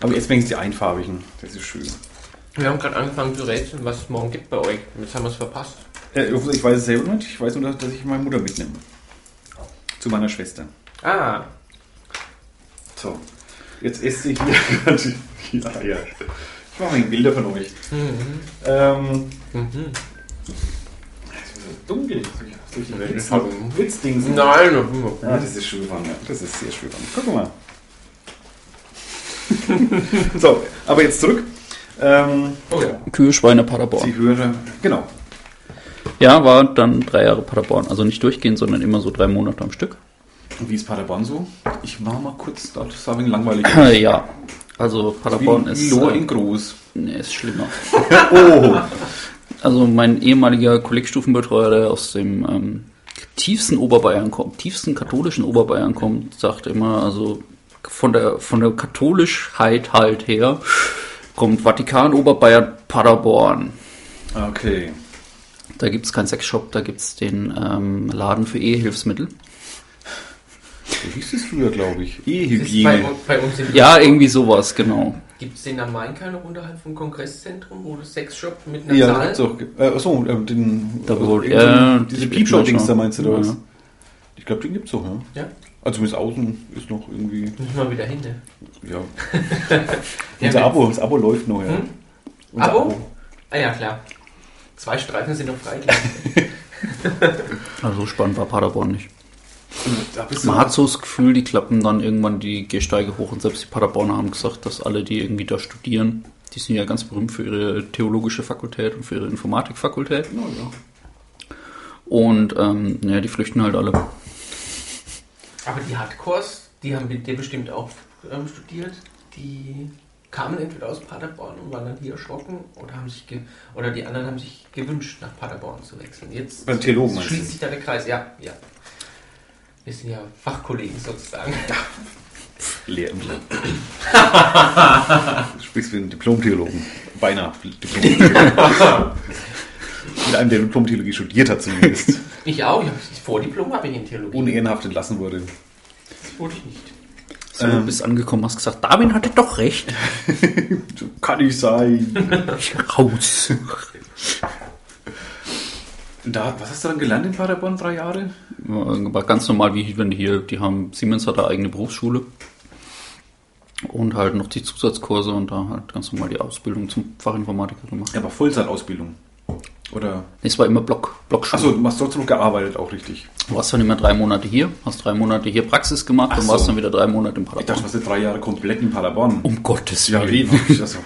Aber jetzt wenigstens die einfarbigen. Das ist schön.
Wir haben gerade angefangen zu rätseln, was es morgen gibt bei euch. Jetzt haben wir es verpasst.
Äh, ich weiß es selber nicht. Ich weiß nur, dass ich meine Mutter mitnehme. Zu meiner Schwester.
Ah,
So, jetzt esst ihr hier die Eier. Ich mache mal Bilder von euch.
Mhm.
Ähm, Es ist so dunkel durch die Welt. Das ist halt ein Witzding.
nein.
Ja, das ist Schulwand. ja. Das ist sehr Schulwand. Guck mal. so, aber jetzt zurück. Ähm,
Oh ja.
Kühe, Schweine, Paderborn.
die Hörer, genau.
Ja, war dann drei Jahre Paderborn. Also nicht durchgehend, sondern immer so drei Monate am Stück.
Und wie ist Paderborn so? Ich war mal kurz da, das war ein wenig langweilig.
Äh, ja. Also Paderborn
Wie
ist.
Lohr
äh,
in groß.
Nee, ist schlimmer.
Oh,
Also mein ehemaliger Kollegstufenbetreuer, der aus dem ähm, tiefsten Oberbayern kommt, tiefsten katholischen Oberbayern kommt, sagt immer, also von der von der Katholischheit halt her kommt Vatikan, Oberbayern, Paderborn.
okay.
Da gibt's keinen Sexshop, da gibt's den ähm, Laden für Ehehilfsmittel.
Wie hieß es früher, glaube ich?
Das ist bei,
E-Hygiene.
uns- bei uns in
Ja, irgendwie sowas, genau.
Gibt es den am Mainkai noch unterhalb vom Kongresszentrum, wo du Sexshop mit einer
Ja, da
Zahl?
gibt's auch. Äh, achso, ähm, den.
Da wurde- äh,
irgendwie
ja,
diese
ich-
Piepshow-Dings
ich-
da meinst du,
ja.
oder was? Ich glaube, den gibt's auch, ja.
Ja,
Also zumindest außen ist noch irgendwie.
müssen wir wieder hin. Ne?
Ja.
Ja,
Unser
wir-
Abo, das Abo läuft noch, ja.
Hm?
Unser
Abo? Ah ja, klar. Zwei Streifen sind noch frei. glaub ich.
Also so spannend war Paderborn nicht.
Da bist
Man hat so das Gefühl, die klappen dann irgendwann die Gehsteige hoch und selbst die Paderborner haben gesagt, dass alle, die irgendwie da studieren, die sind ja ganz berühmt für ihre theologische Fakultät und für ihre Informatikfakultät.
Na ja.
Und ähm, ja, die flüchten halt alle.
Aber die Hardcores, die haben mit dir bestimmt auch ähm, studiert. Die kamen entweder aus Paderborn und waren dann hier erschrocken oder haben sich ge oder die anderen haben sich gewünscht, nach Paderborn zu wechseln. Jetzt
Beim Theologen meinst
schließt
du?
sich da der Kreis. Ja, ja. Wir sind ja Fachkollegen sozusagen.
Lehrämtler. Du Sprichst wie ein Diplom-Theologen. Beinahe Diplom-Theologen. Mit einem, der Diplom-Theologie studiert hat zumindest.
Ich auch. Ich hab, das Vordiplom habe ich in Theologie.
Unehrenhaft entlassen wurde.
Das wurde ich nicht.
So, du bist angekommen, hast gesagt, Darwin hatte doch recht.
So kann ich sein.
Ich raus.
Und da, was hast du dann gelernt in Paderborn drei Jahre?
War ganz normal, wie wenn die hier, die haben, Siemens hat eine eigene Berufsschule. Und halt noch die Zusatzkurse und da halt ganz normal die Ausbildung zum Fachinformatiker gemacht.
Ja, aber Vollzeitausbildung. Oder?
Nee, Es war immer Block, Blockschule.
Achso, du hast trotzdem noch gearbeitet, auch richtig.
Du warst dann immer drei Monate hier, hast drei Monate hier Praxis gemacht
Ach
und
so.
warst dann wieder drei Monate in
Ich dachte, du
Paderborn.
warst jetzt drei Jahre komplett in Paderborn.
Um Gottes
ja,
Willen.
eben. Also,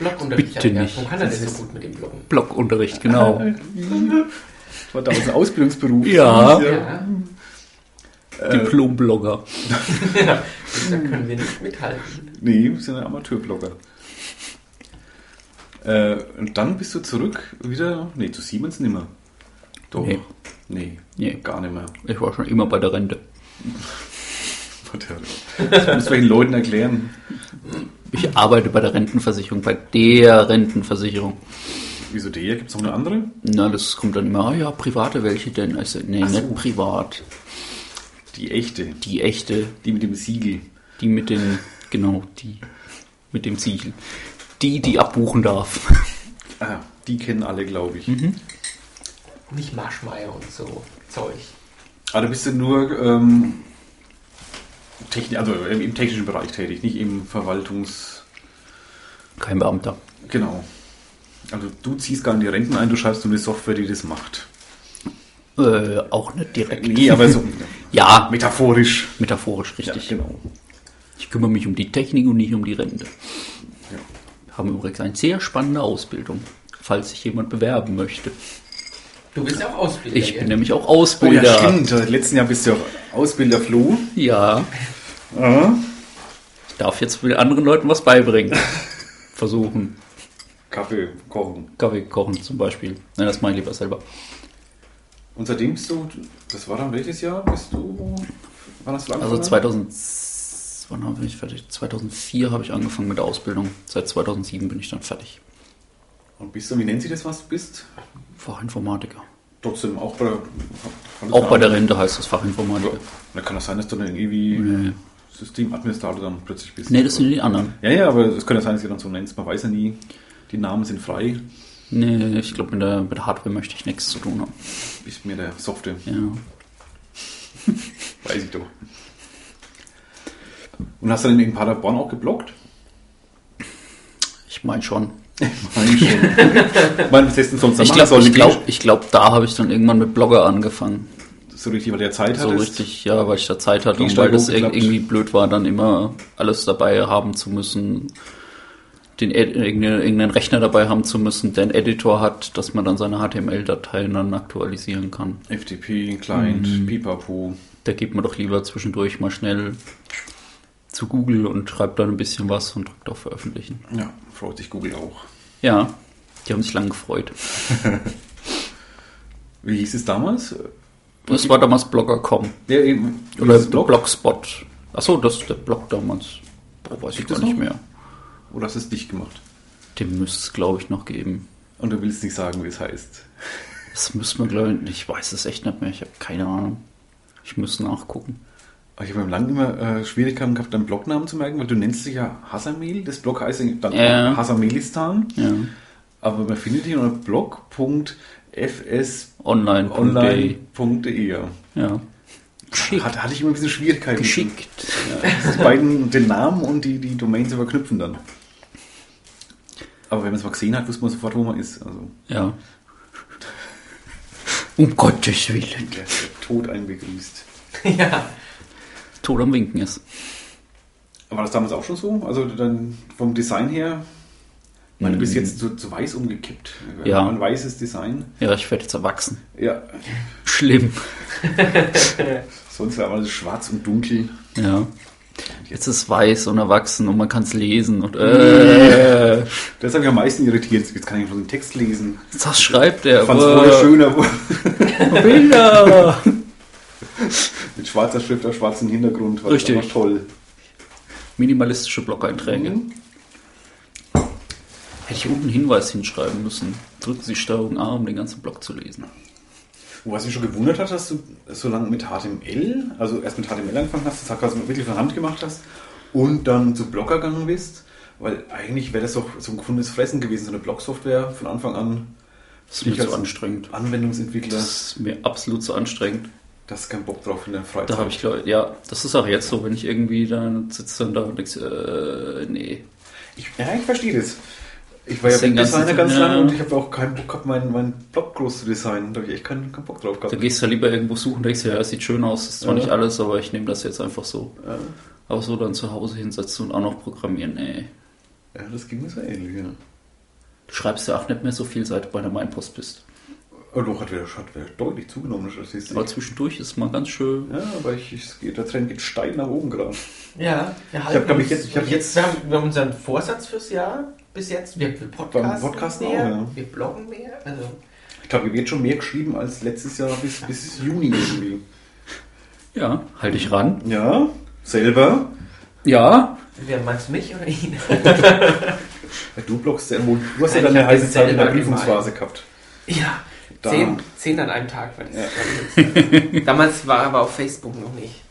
Blockunterricht.
Bitte
ja.
nicht.
Warum kann er das so gut mit dem Blocken?
Blockunterricht, genau.
das war damals ein Ausbildungsberuf. Äh,
Ja.
Ja,
Äh, Diplom-Blogger.
da können wir nicht mithalten.
Nee, wir sind ein Amateurblogger. Äh, und dann bist du zurück wieder. Nee, zu Siemens nimmer. Doch.
Nee.
Nee. Nee,
Nee.
gar nicht mehr.
Ich war schon immer bei der Rente.
Warte, Das muss man den Leuten erklären.
Ich arbeite bei der Rentenversicherung, bei der Rentenversicherung.
Wieso der? Gibt es noch eine andere?
Na, das kommt dann immer, ah ja, private welche denn? Ich sag, nee,
Ach so.
nicht privat.
Die echte.
Die echte,
Die mit dem Siegel.
die mit den, genau, die mit dem Ziegel. Die, die abbuchen darf.
Ah, die kennen alle, glaube ich.
Nicht Marschmeier und so Zeug.
Aber du bist ja nur ähm, techni also im, im technischen Bereich tätig, nicht im Verwaltungs...
Kein Beamter.
Genau. Also du ziehst gar nicht die Renten ein, du schreibst nur die Software, die das macht.
Äh, auch nicht direkt.
Nee, aber so
Ja,
metaphorisch.
metaphorisch, richtig.
genau.
Ich kümmere mich um die Technik und nicht um die Rente.
Ja.
Wir haben übrigens eine sehr spannende Ausbildung, falls sich jemand bewerben möchte.
Du bist ja auch Ausbilder.
Ich bin
ja.
nämlich auch
Oh ja,
Ausbilder.
stimmt. Seit letzten Jahr bist du ja Ausbilder Flo.
ja,
Ja.
ich darf jetzt für die anderen Leuten was beibringen. Versuchen.
Kaffee kochen.
Kaffee kochen zum Beispiel. Nein, das mache ich lieber selber.
Und seitdem bist du, das war dann welches Jahr? Bist du, wann hast du
Also
angefangen?
2000, wann habe ich fertig? 2004 habe ich angefangen mit der Ausbildung. Seit 2007 bin ich dann fertig.
Und bist du, wie nennt sie das, was du bist?
Fachinformatiker.
Trotzdem auch bei,
Auch bei der Rente heißt das Fachinformatiker.
Da kann das sein, dass du dann irgendwie
Nee.
Systemadministrator dann plötzlich bist.
Nee, das sind die anderen.
Ja, ja, aber es könnte sein, dass ihr dann so nennt. Man weiß ja nie. Die Namen sind frei.
Nee, ich glaube, mit der, mit der Hardware möchte ich nichts zu tun haben.
Ist mir der Software.
Ja.
Weiß ich doch. Und hast du dann in Paderborn auch geblockt?
Ich meine schon.
Nein, schon. Meine Testen sonst
Ich
machen
glaube,
sollen,
ich
die
glaub, ich glaub, da habe ich dann irgendwann mit Blogger angefangen.
So richtig, weil der Zeit
So
hattest.
richtig, ja, weil ich da Zeit hatte und
Gegensteuer
weil das ir-
hochgeklappt.
irgendwie blöd war, dann immer alles dabei haben zu müssen, den Ed- irgendeinen irgendeinen Rechner dabei haben zu müssen, der einen Editor hat, dass man dann seine HTML-Dateien dann aktualisieren kann.
FTP, Client, Pipapo.
Da geht man doch lieber zwischendurch mal schnell zu Google und schreibt dann ein bisschen was und drückt auf Veröffentlichen.
Ja, freut sich Google auch.
Ja, die haben sich lang gefreut.
Wie hieß es damals?
Das war damals Blogger.com.
Ja, eben.
Oder
hieß es
Blog? Blogspot. Achso, das ist der Blog damals. Boah, weiß ich
Gibt
gar
es
nicht
noch?
mehr.
Oder hast du es nicht gemacht?
Den müsste es, glaube ich, noch geben.
Und du willst nicht sagen, wie es heißt.
Das müssen wir, glaube ich, ich weiß es echt nicht mehr. Ich habe keine Ahnung. Ich muss nachgucken.
Aber Ich habe beim Lang immer äh, Schwierigkeiten gehabt, deinen Blognamen zu merken, weil du nennst dich ja Hasamel. Das Blog heißt eigentlich dann
Ja.
Hasamelistan.
Ja.
Aber man findet ihn unter blog.fsonline.de.
Online.de. Ja.
E. Hat, hatte ich immer ein bisschen Schwierigkeiten.
Geschickt.
Die beiden, den Namen und die, die Domains überknüpfen dann. Aber wenn man es mal gesehen hat, wusste man sofort, wo man ist. Also,
Ja. Um Gottes Willen.
der ist der Tod einbegrüßt.
ja.
Tod am Winken ist.
War das damals auch schon so? Also dann vom Design her? Ich meine, du bist jetzt zu, zu weiß umgekippt.
Mhm. Ja.
Ein weißes Design.
Ja, ich werde jetzt erwachsen.
Ja,
Schlimm.
sonst war alles schwarz und dunkel.
Ja. Jetzt ist weiß und erwachsen und man kann es lesen. Und äh,
Das hat mich am meisten irritiert. Jetzt kann ich bloß den Text lesen.
das schreibt er. Äh.
Ich fand es
aber-
vorher schöner, wo-
Bilder.
mit schwarzer Schrift auf schwarzem Hintergrund. War
Richtig.
Das toll.
Minimalistische Blog-Einträge.
Mhm.
Hätte ich unten einen Hinweis hinschreiben müssen. Drücken Sie Steuerung A, um den ganzen Blog zu lesen.
Was mich schon gewundert hat, dass du so lange mit HTML, also erst mit HTML angefangen hast, das quasi wirklich von Hand gemacht hast und dann zu Blogger gegangen bist, weil eigentlich wäre das doch so ein gefundenes Fressen gewesen, so eine Blog-Software von Anfang an.
Das ist mir
Ich
zu
als
anstrengend.
Anwendungsentwickler.
Das ist mir absolut zu anstrengend.
Da hast du keinen Bock drauf in der Freizeit.
Da habe ich, glaube ja, das ist auch jetzt so, wenn ich irgendwie dann sitze dann da und denke, äh, nee.
Ich, ja, ich verstehe das. Ich war ja
Das ist den ganzen
Designer ganz
Tag,
lange
ja.
und ich habe auch keinen Bock gehabt, meinen, meinen Blog groß zu designen. Da habe ich echt keinen, keinen Bock drauf
Dann
gehabt.
gehst du lieber irgendwo suchen, denkst dir, ja, es sieht schön aus, ist zwar
Ja.
nicht alles, aber ich nehme das jetzt einfach so.
Ja,
Aber so dann zu Hause hinsetzen und auch noch programmieren, ey.
ja, das ging mir so ähnlich. Ja.
Du schreibst ja auch nicht mehr so viel, seit du bei der Mainpost bist.
Aber doch hat wieder, hat wieder deutlich zugenommen. Das siehst du.
Aber zwischendurch ist mal ganz schön.
Ja, aber ich, ich, es geht- der Trend geht steil nach oben gerade.
Ja, wir
hab, glaub ich,
uns-
jetzt- ich hab jetzt-
wir, haben, wir haben unseren Vorsatz fürs Jahr bis jetzt. Wir, wir podcasten,
podcasten
mehr,
auch, ja.
wir bloggen mehr. Also,
Ich glaube, wir jetzt schon mehr geschrieben als letztes Jahr bis, bis Juni irgendwie.
Ja, halt dich ran.
Ja, selber.
Ja,
wer meinst mich oder ihn?
Du blockst ja wohl. Du hast
Also
ja
Ja, ich
deine
hab
heiße
das
Zeit in der
selber
Prüfungsphase gehabt.
ja,
Da.
zehn, zehn an einem Tag war das.
Ja.
Damals war aber auf Facebook noch nicht.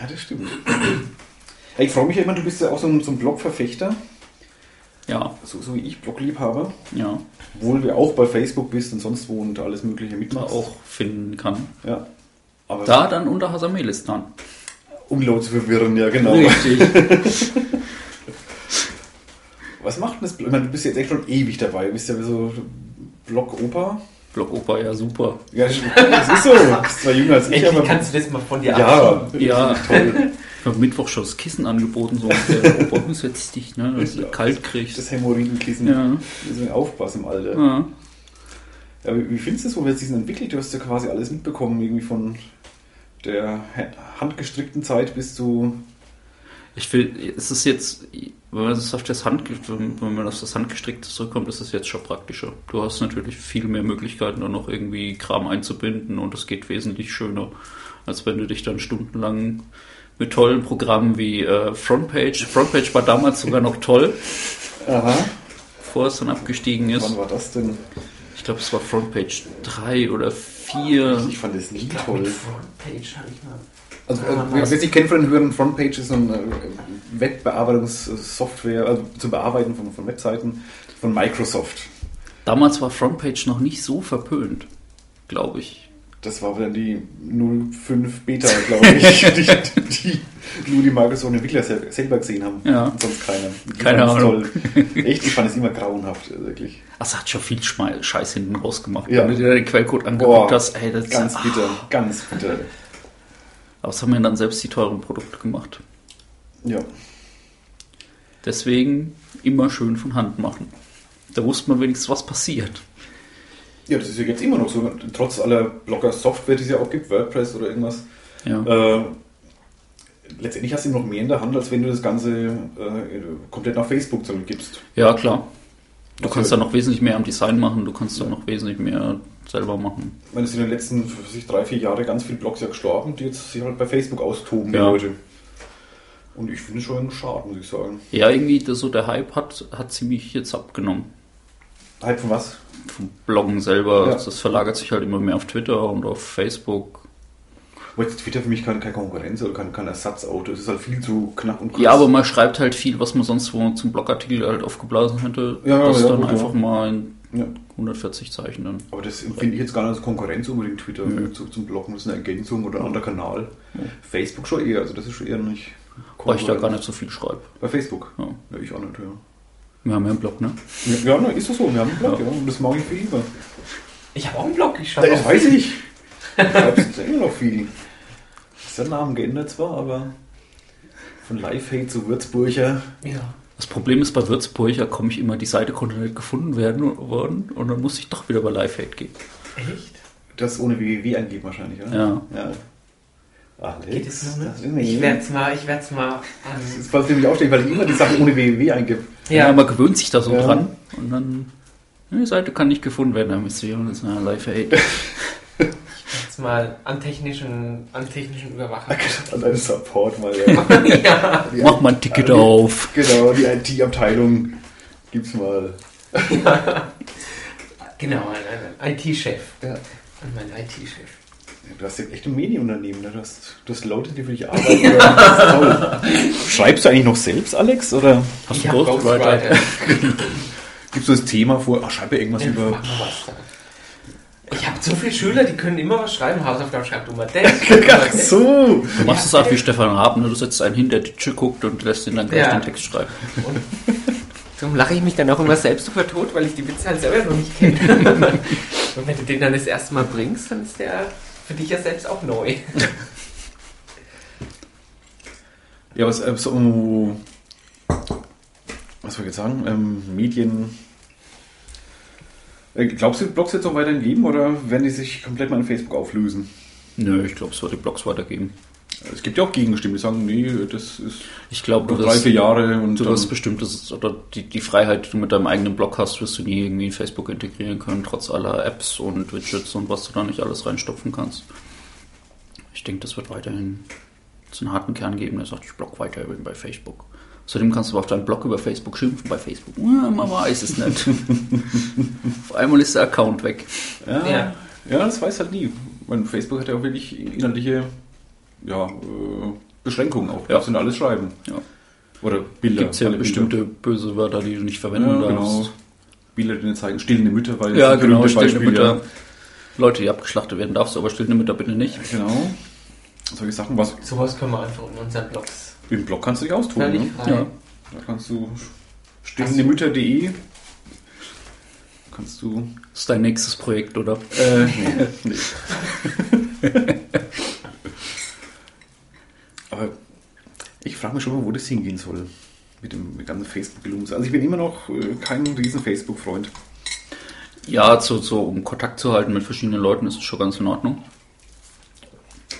Ja, das stimmt. Ja, ich freue mich ja immer, du bist ja auch so ein, so ein Blog-Verfechter,
ja,
so, so wie ich Blog-Liebhaber.
ja.
Obwohl du auch bei Facebook bist und sonst wo und alles Mögliche
Man
mitmachst.
auch finden kann.
Ja. Aber
Da dann unter Hasamelis dann.
um Leute zu verwirren, ja, genau.
Richtig.
Was macht denn das? Blog? Ich meine, du bist jetzt echt schon ewig dabei. Du bist ja so Blog-Opa.
Block Opa, ja super.
Ja, das ist so. Du bist zwar jünger als ich,
Endlich
aber.
kannst du das mal von dir abschieben.
ja,
Ja.
toll.
Ich habe Mittwoch schon das Kissen angeboten, so ungefähr. Opa, du setzt dich, ne, dass du kalt kriegst.
Das Hämorrhoidenkissen.
Ja.
Müssen wir aufpassen im Alter.
ja.
Ja, wie, wie findest du es, wo wir jetzt diesen entwickelt? Du hast ja quasi alles mitbekommen, irgendwie von der ha- handgestrickten Zeit bis zu.
Ich will, es ist jetzt, wenn man das auf das Hand, wenn man auf das Handgestrickte zurückkommt, ist es jetzt schon praktischer. Du hast natürlich viel mehr Möglichkeiten, da noch irgendwie Kram einzubinden und es geht wesentlich schöner, als wenn du dich dann stundenlang mit tollen Programmen wie äh, Frontpage. Frontpage war damals sogar noch toll,
Aha.
bevor es dann abgestiegen
Wann
ist.
war das denn?
Ich glaube, es war Frontpage 3 oder 4.
Ich fand das nie
Ich glaube,
toll.
mit Frontpage habe ich mal.
Also,
Ja,
äh,
man
wer
weiß.
es nicht kennt von den höheren Frontpage ist so eine äh, Webbearbeitungssoftware, also zum Bearbeiten von, von Webseiten von Microsoft.
Damals war Frontpage noch nicht so verpönt, glaube ich.
Das war dann die 05 Beta, glaube ich, die, die, die nur die Microsoft-Entwickler sel- selber gesehen haben.
Ja.
Und sonst keiner. Die
Keine
fanden es
Ahnung.
Toll. Echt, ich fand es immer grauenhaft, äh, wirklich.
Also hat schon viel Schme- Scheiß hinten rausgemacht.
Ja.
Wenn du dir den Quellcode angeguckt hast, ey, das
ganz
ah.
bitter, ganz bitter.
Aber was haben wir dann selbst die teuren Produkte gemacht?
Ja.
Deswegen immer schön von Hand machen. Da wusste man wenigstens, was passiert.
ja, das ist ja jetzt immer noch so, trotz aller Blogger-Software, die es ja auch gibt, WordPress oder irgendwas.
Ja.
Äh, letztendlich hast du noch mehr in der Hand, als wenn du das Ganze äh, komplett nach Facebook zurückgibst.
ja, klar. Du
Was
kannst
ja-
dann noch wesentlich mehr am Design machen, du kannst dann noch wesentlich mehr selber machen.
Ich meine, es sind in den letzten weiß ich, drei, vier Jahren ganz viele Blogs ja gestorben, die jetzt sich halt bei Facebook austoben,
Ja.
die Leute. Und ich finde es schon schade, muss ich sagen.
Ja, irgendwie das, so der Hype hat, hat ziemlich jetzt abgenommen.
Halt von was?
Vom Bloggen selber,
Ja.
das verlagert sich halt immer mehr auf Twitter und auf Facebook.
Weil jetzt Twitter für mich keine, keine Konkurrenz oder kein, kein Ersatzauto. Es ist halt viel zu knapp und kurz.
Ja, aber man schreibt halt viel, was man sonst wo zum Blogartikel halt aufgeblasen hätte.
Ja,
das
ja,
dann
gut,
einfach
ja.
mal in
Ja.
140 Zeichen dann.
Aber das empfinde ich jetzt gar nicht als Konkurrenz unbedingt Twitter
Nö.
zu, zum Bloggen. Das ist eine Ergänzung oder ein anderer Kanal. Facebook schon eher, also das ist schon eher nicht
Weil ich da
Konkurrenz.
gar nicht so viel schreibe.
Bei Facebook?
Ja.
Ja, ich auch nicht, ja.
Wir haben ja einen Blog, ne?
Ja, ja, na, ist doch so, wir haben einen Blog,
Ja.
ja. Und das mag ich viel lieber.
Ich habe auch einen Blog, ich schreibe
Das
auch.
weiß ich. Ich schreib's immer noch viel. Ist der Name geändert zwar, aber von Lifehate zu Würzburger.
Ja.
Das Problem ist, bei Würzburg, da komme ich immer, die Seite konnte nicht gefunden werden worden und dann musste ich doch wieder bei Lifehate gehen.
Echt?
Das ohne www eingeben wahrscheinlich, oder?
Ja.
ja. Alex,
Geht es noch
das
nicht?
will mir
Ich
jemand.
werde es mal, ich werde es mal.
Das
Ähm,
ist fast nämlich aufstehen, weil ich immer die Sachen ohne www eingebe.
Ja.
ja,
man gewöhnt sich da so
Ja.
dran und dann, ne, die Seite kann nicht gefunden werden, dann müsst ihr und das ist ja Lifehate.
jetzt mal an technischen, an technischen Überwacher.
An deinem Support mal. Ja.
ja.
Die
Mach mal ein Ticket
Ja.
auf.
Genau, die IT-Abteilung gibt's mal.
Genau, ein, ein IT-Chef.
Ja.
An meinen IT-Chef.
Du hast ja echt ein Medienunternehmen, ne? du, hast, du hast Leute, die für dich arbeiten. Das ist toll. Schreibst du eigentlich noch selbst, Alex? Oder
Hast
Ich hab Ghostwriter.
gibst du das Thema vor? Ach, schreib ja irgendwas
Ja,
über.
mach mal was da. Ich habe habt so viele Schüler, die können immer was schreiben. Hausaufgaben schreibt du mal das.
Ach so.
Du machst es halt wie Stefan Raben, du setzt einen hin, der Titsche guckt und lässt ihn dann gleich
Ja.
den Text schreiben.
Darum lache ich mich dann auch immer selbst über tot, weil ich die Witze halt selber noch nicht kenne. Und wenn du den dann das erste Mal bringst, dann ist der für dich ja selbst auch neu.
Ja, was, äh, so, was soll ich jetzt sagen? Ähm, Medien. Äh, Glaubst du, wird Blogs jetzt noch weiterhin geben oder werden die sich komplett mal in Facebook auflösen?
Nö, ich glaube, es wird die Blogs weitergeben.
Es gibt ja auch Gegenstimmen, die sagen, nee, das ist
Ich glaube,
nur
du
drei,
wirst,
vier Jahre und
du
dann-
wirst bestimmt das, oder die, die Freiheit, die du mit deinem eigenen Blog hast, wirst du nie irgendwie in Facebook integrieren können, trotz aller Apps und Widgets und was du da nicht alles reinstopfen kannst. Ich denke, das wird weiterhin so einen harten Kern geben, der sagt, ich blog weiter eben bei Facebook. Zudem kannst du aber auf deinem Blog über Facebook schimpfen bei Facebook. Ja, man weiß es nicht. auf einmal ist der Account weg.
Ja, ja.
Ja.
das weiß halt nie. Mein Facebook hat ja auch wirklich inhaltliche ja, äh, Beschränkungen auch.
Ja.
Darfst du nur alles schreiben.
Ja.
Oder Bilder.
Gibt es ja
Alle
bestimmte böse Wörter, die du nicht
Bilder.
verwenden
Ja,
darfst.
genau. Bilder, die nicht zeigen. Stillende Mütter, weil
Ja,
das berühmte
genau, stillende
Beispiel,
Mütter. Leute, die abgeschlachtet werden, darfst du aber stillende Mütter bitte nicht.
Ja. Genau. Solche Sachen, was
Sowas können wir einfach in unseren Blogs
im Blog kannst du dich austoben.
völlig
Ne?
frei.
Ja.
Da kannst du stillendeMütter.de kannst du
Das ist dein nächstes Projekt, oder?
Äh, nee. nee. Aber ich frage mich schon mal, wo das hingehen soll. Mit dem mit ganzen Facebook-Gelumse. Also ich bin immer noch äh, kein riesen Facebook-Freund.
Ja, so, so, um Kontakt zu halten mit verschiedenen Leuten ist es schon ganz in Ordnung.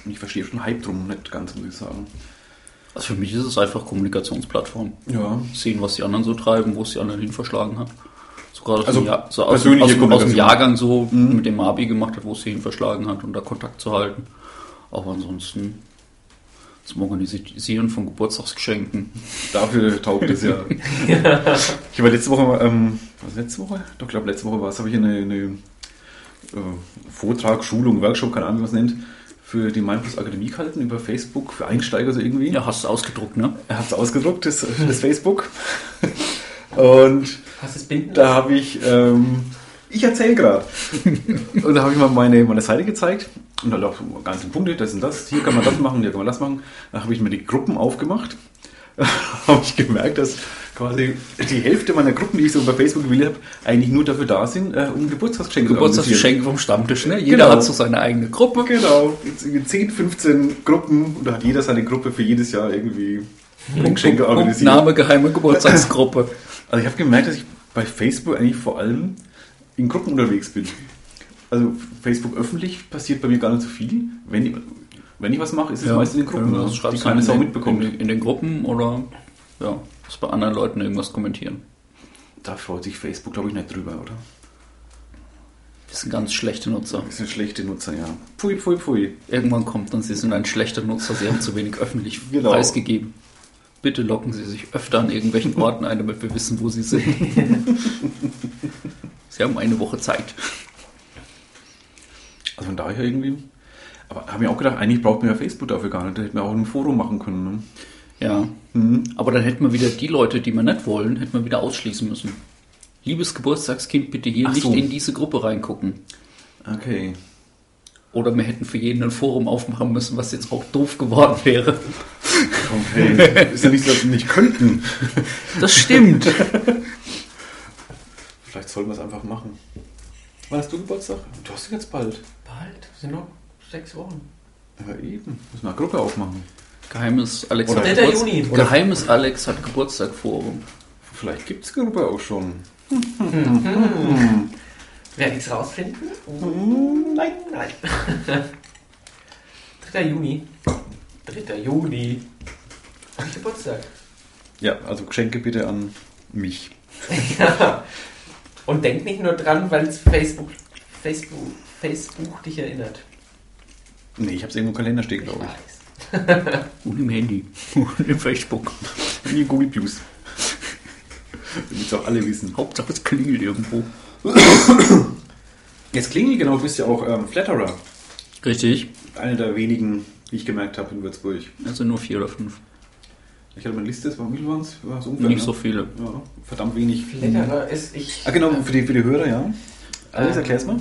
Und ich verstehe schon Hype drum nicht ganz, muss ich sagen.
Also für mich ist es einfach Kommunikationsplattform.
Ja.
Sehen, was die anderen so treiben, wo es die anderen hin verschlagen hat. So gerade aus,
Also
dem, ja so aus,
persönliche
aus, aus dem
Kommunikation.
Jahrgang so
Mhm.
mit dem Mabi gemacht hat, wo es sie hin verschlagen hat und da Kontakt zu halten. Aber ansonsten zum Organisieren von Geburtstagsgeschenken.
Dafür taugt es ja. Ich war letzte Woche, ähm, was letzte Woche? Doch, ich glaube letzte Woche war es, habe ich eine, eine äh, Vortrag, Schulung, Workshop, keine Ahnung, wie man es nennt, für die Mindplus Akademie gehalten, über Facebook, für Einsteiger so irgendwie.
Ja, hast du ausgedruckt, ne?
Er hat es ausgedruckt, das, das Facebook. Und
Hast du es binden
da habe ich, ähm, ich erzähle gerade. Und da habe ich mal meine, meine Seite gezeigt und halt auch so ganze Punkte, das und das, hier kann man das machen, hier kann man das machen. Da habe ich mir die Gruppen aufgemacht. habe ich gemerkt, dass quasi die Hälfte meiner Gruppen, die ich so bei Facebook gewählt habe, eigentlich nur dafür da sind, äh, um Geburtstagsgeschenke zu organisieren.
Geburtstagsgeschenk vom Stammtisch, ne? Jeder
Genau.
hat so seine eigene Gruppe.
Genau, jetzt irgendwie 10, 15 Gruppen und da hat jeder seine Gruppe für jedes Jahr irgendwie Geschenke
Hm. Punkt,
organisiert.
Name, geheime Geburtstagsgruppe.
Also ich habe gemerkt, dass ich bei Facebook eigentlich vor allem in Gruppen unterwegs bin. Also Facebook öffentlich passiert bei mir gar nicht so viel. Wenn, wenn ich was mache, ist es meist in den Gruppen, ne?
Ja, genau. das
die
schreibst du
keine
in
Sau
den-
mitbekommt.
In, den- in den Gruppen oder ja, musst bei anderen Leuten irgendwas kommentieren.
Da freut sich Facebook, glaube ich, nicht drüber, oder?
Das sind ganz schlechte Nutzer.
Das sind schlechte Nutzer, ja. Pfui, pfui, pfui.
Irgendwann kommt dann, sie sind ein schlechter Nutzer, sie haben zu wenig öffentlich
Genau.
preisgegeben. Bitte locken Sie sich öfter an irgendwelchen Orten ein, damit wir wissen, wo Sie sind. sie haben eine Woche Zeit.
Also von daher irgendwie. Aber habe ich auch gedacht, eigentlich braucht man ja Facebook dafür gar nicht. Da hätten wir auch ein Forum machen können. Ne?
Ja. Aber dann hätten wir wieder die Leute, die wir nicht wollen, hätten wir wieder ausschließen müssen. Liebes Geburtstagskind, bitte hier
Ach
nicht
so.
in diese Gruppe reingucken.
Okay.
Oder wir hätten für jeden ein Forum aufmachen müssen, was jetzt auch doof geworden wäre.
Okay. ist ja nicht so, dass wir nicht könnten.
Das stimmt.
Vielleicht sollten wir es einfach machen. Wann hast du Geburtstag? Du hast jetzt bald.
Bald, sind noch sechs Wochen.
Ja, eben. Müssen wir eine Gruppe aufmachen.
Geheimes Alex
Oder-
hat
3.
Geburtstag.
Juni.
Geheimes Alex hat Geburtstag Forum.
Vielleicht gibt es Gruppe auch schon.
Werde ich es rausfinden?
Mm, Nein.
Nein. 3. Juni. 3. Juni. Hab ich Geburtstag.
Ja, also Geschenke bitte an mich.
Ja. Und denk nicht nur dran, weil es Facebook, Facebook, Facebook dich erinnert.
Nee, ich habe es irgendwo im Kalender stehen, glaube ich.
weiß.
Und im Handy. Und im Facebook.
Wie Google Plus. Damit es auch alle wissen.
Hauptsache es klingelt irgendwo.
Jetzt klingelt genau, du bist ja auch ähm, Flatterer.
Richtig.
Einer der wenigen, wie ich gemerkt habe, in Würzburg.
Also nur vier oder fünf.
Ich hatte meine Liste, es war wie waren es? War es ungefähr,
Nicht
ne?
so viele.
Ja, verdammt wenig.
Kletterer ist ich.
genau. Ah, genau, für die, für die Hörer, ja. Alex,
Ähm,
erklär's mal.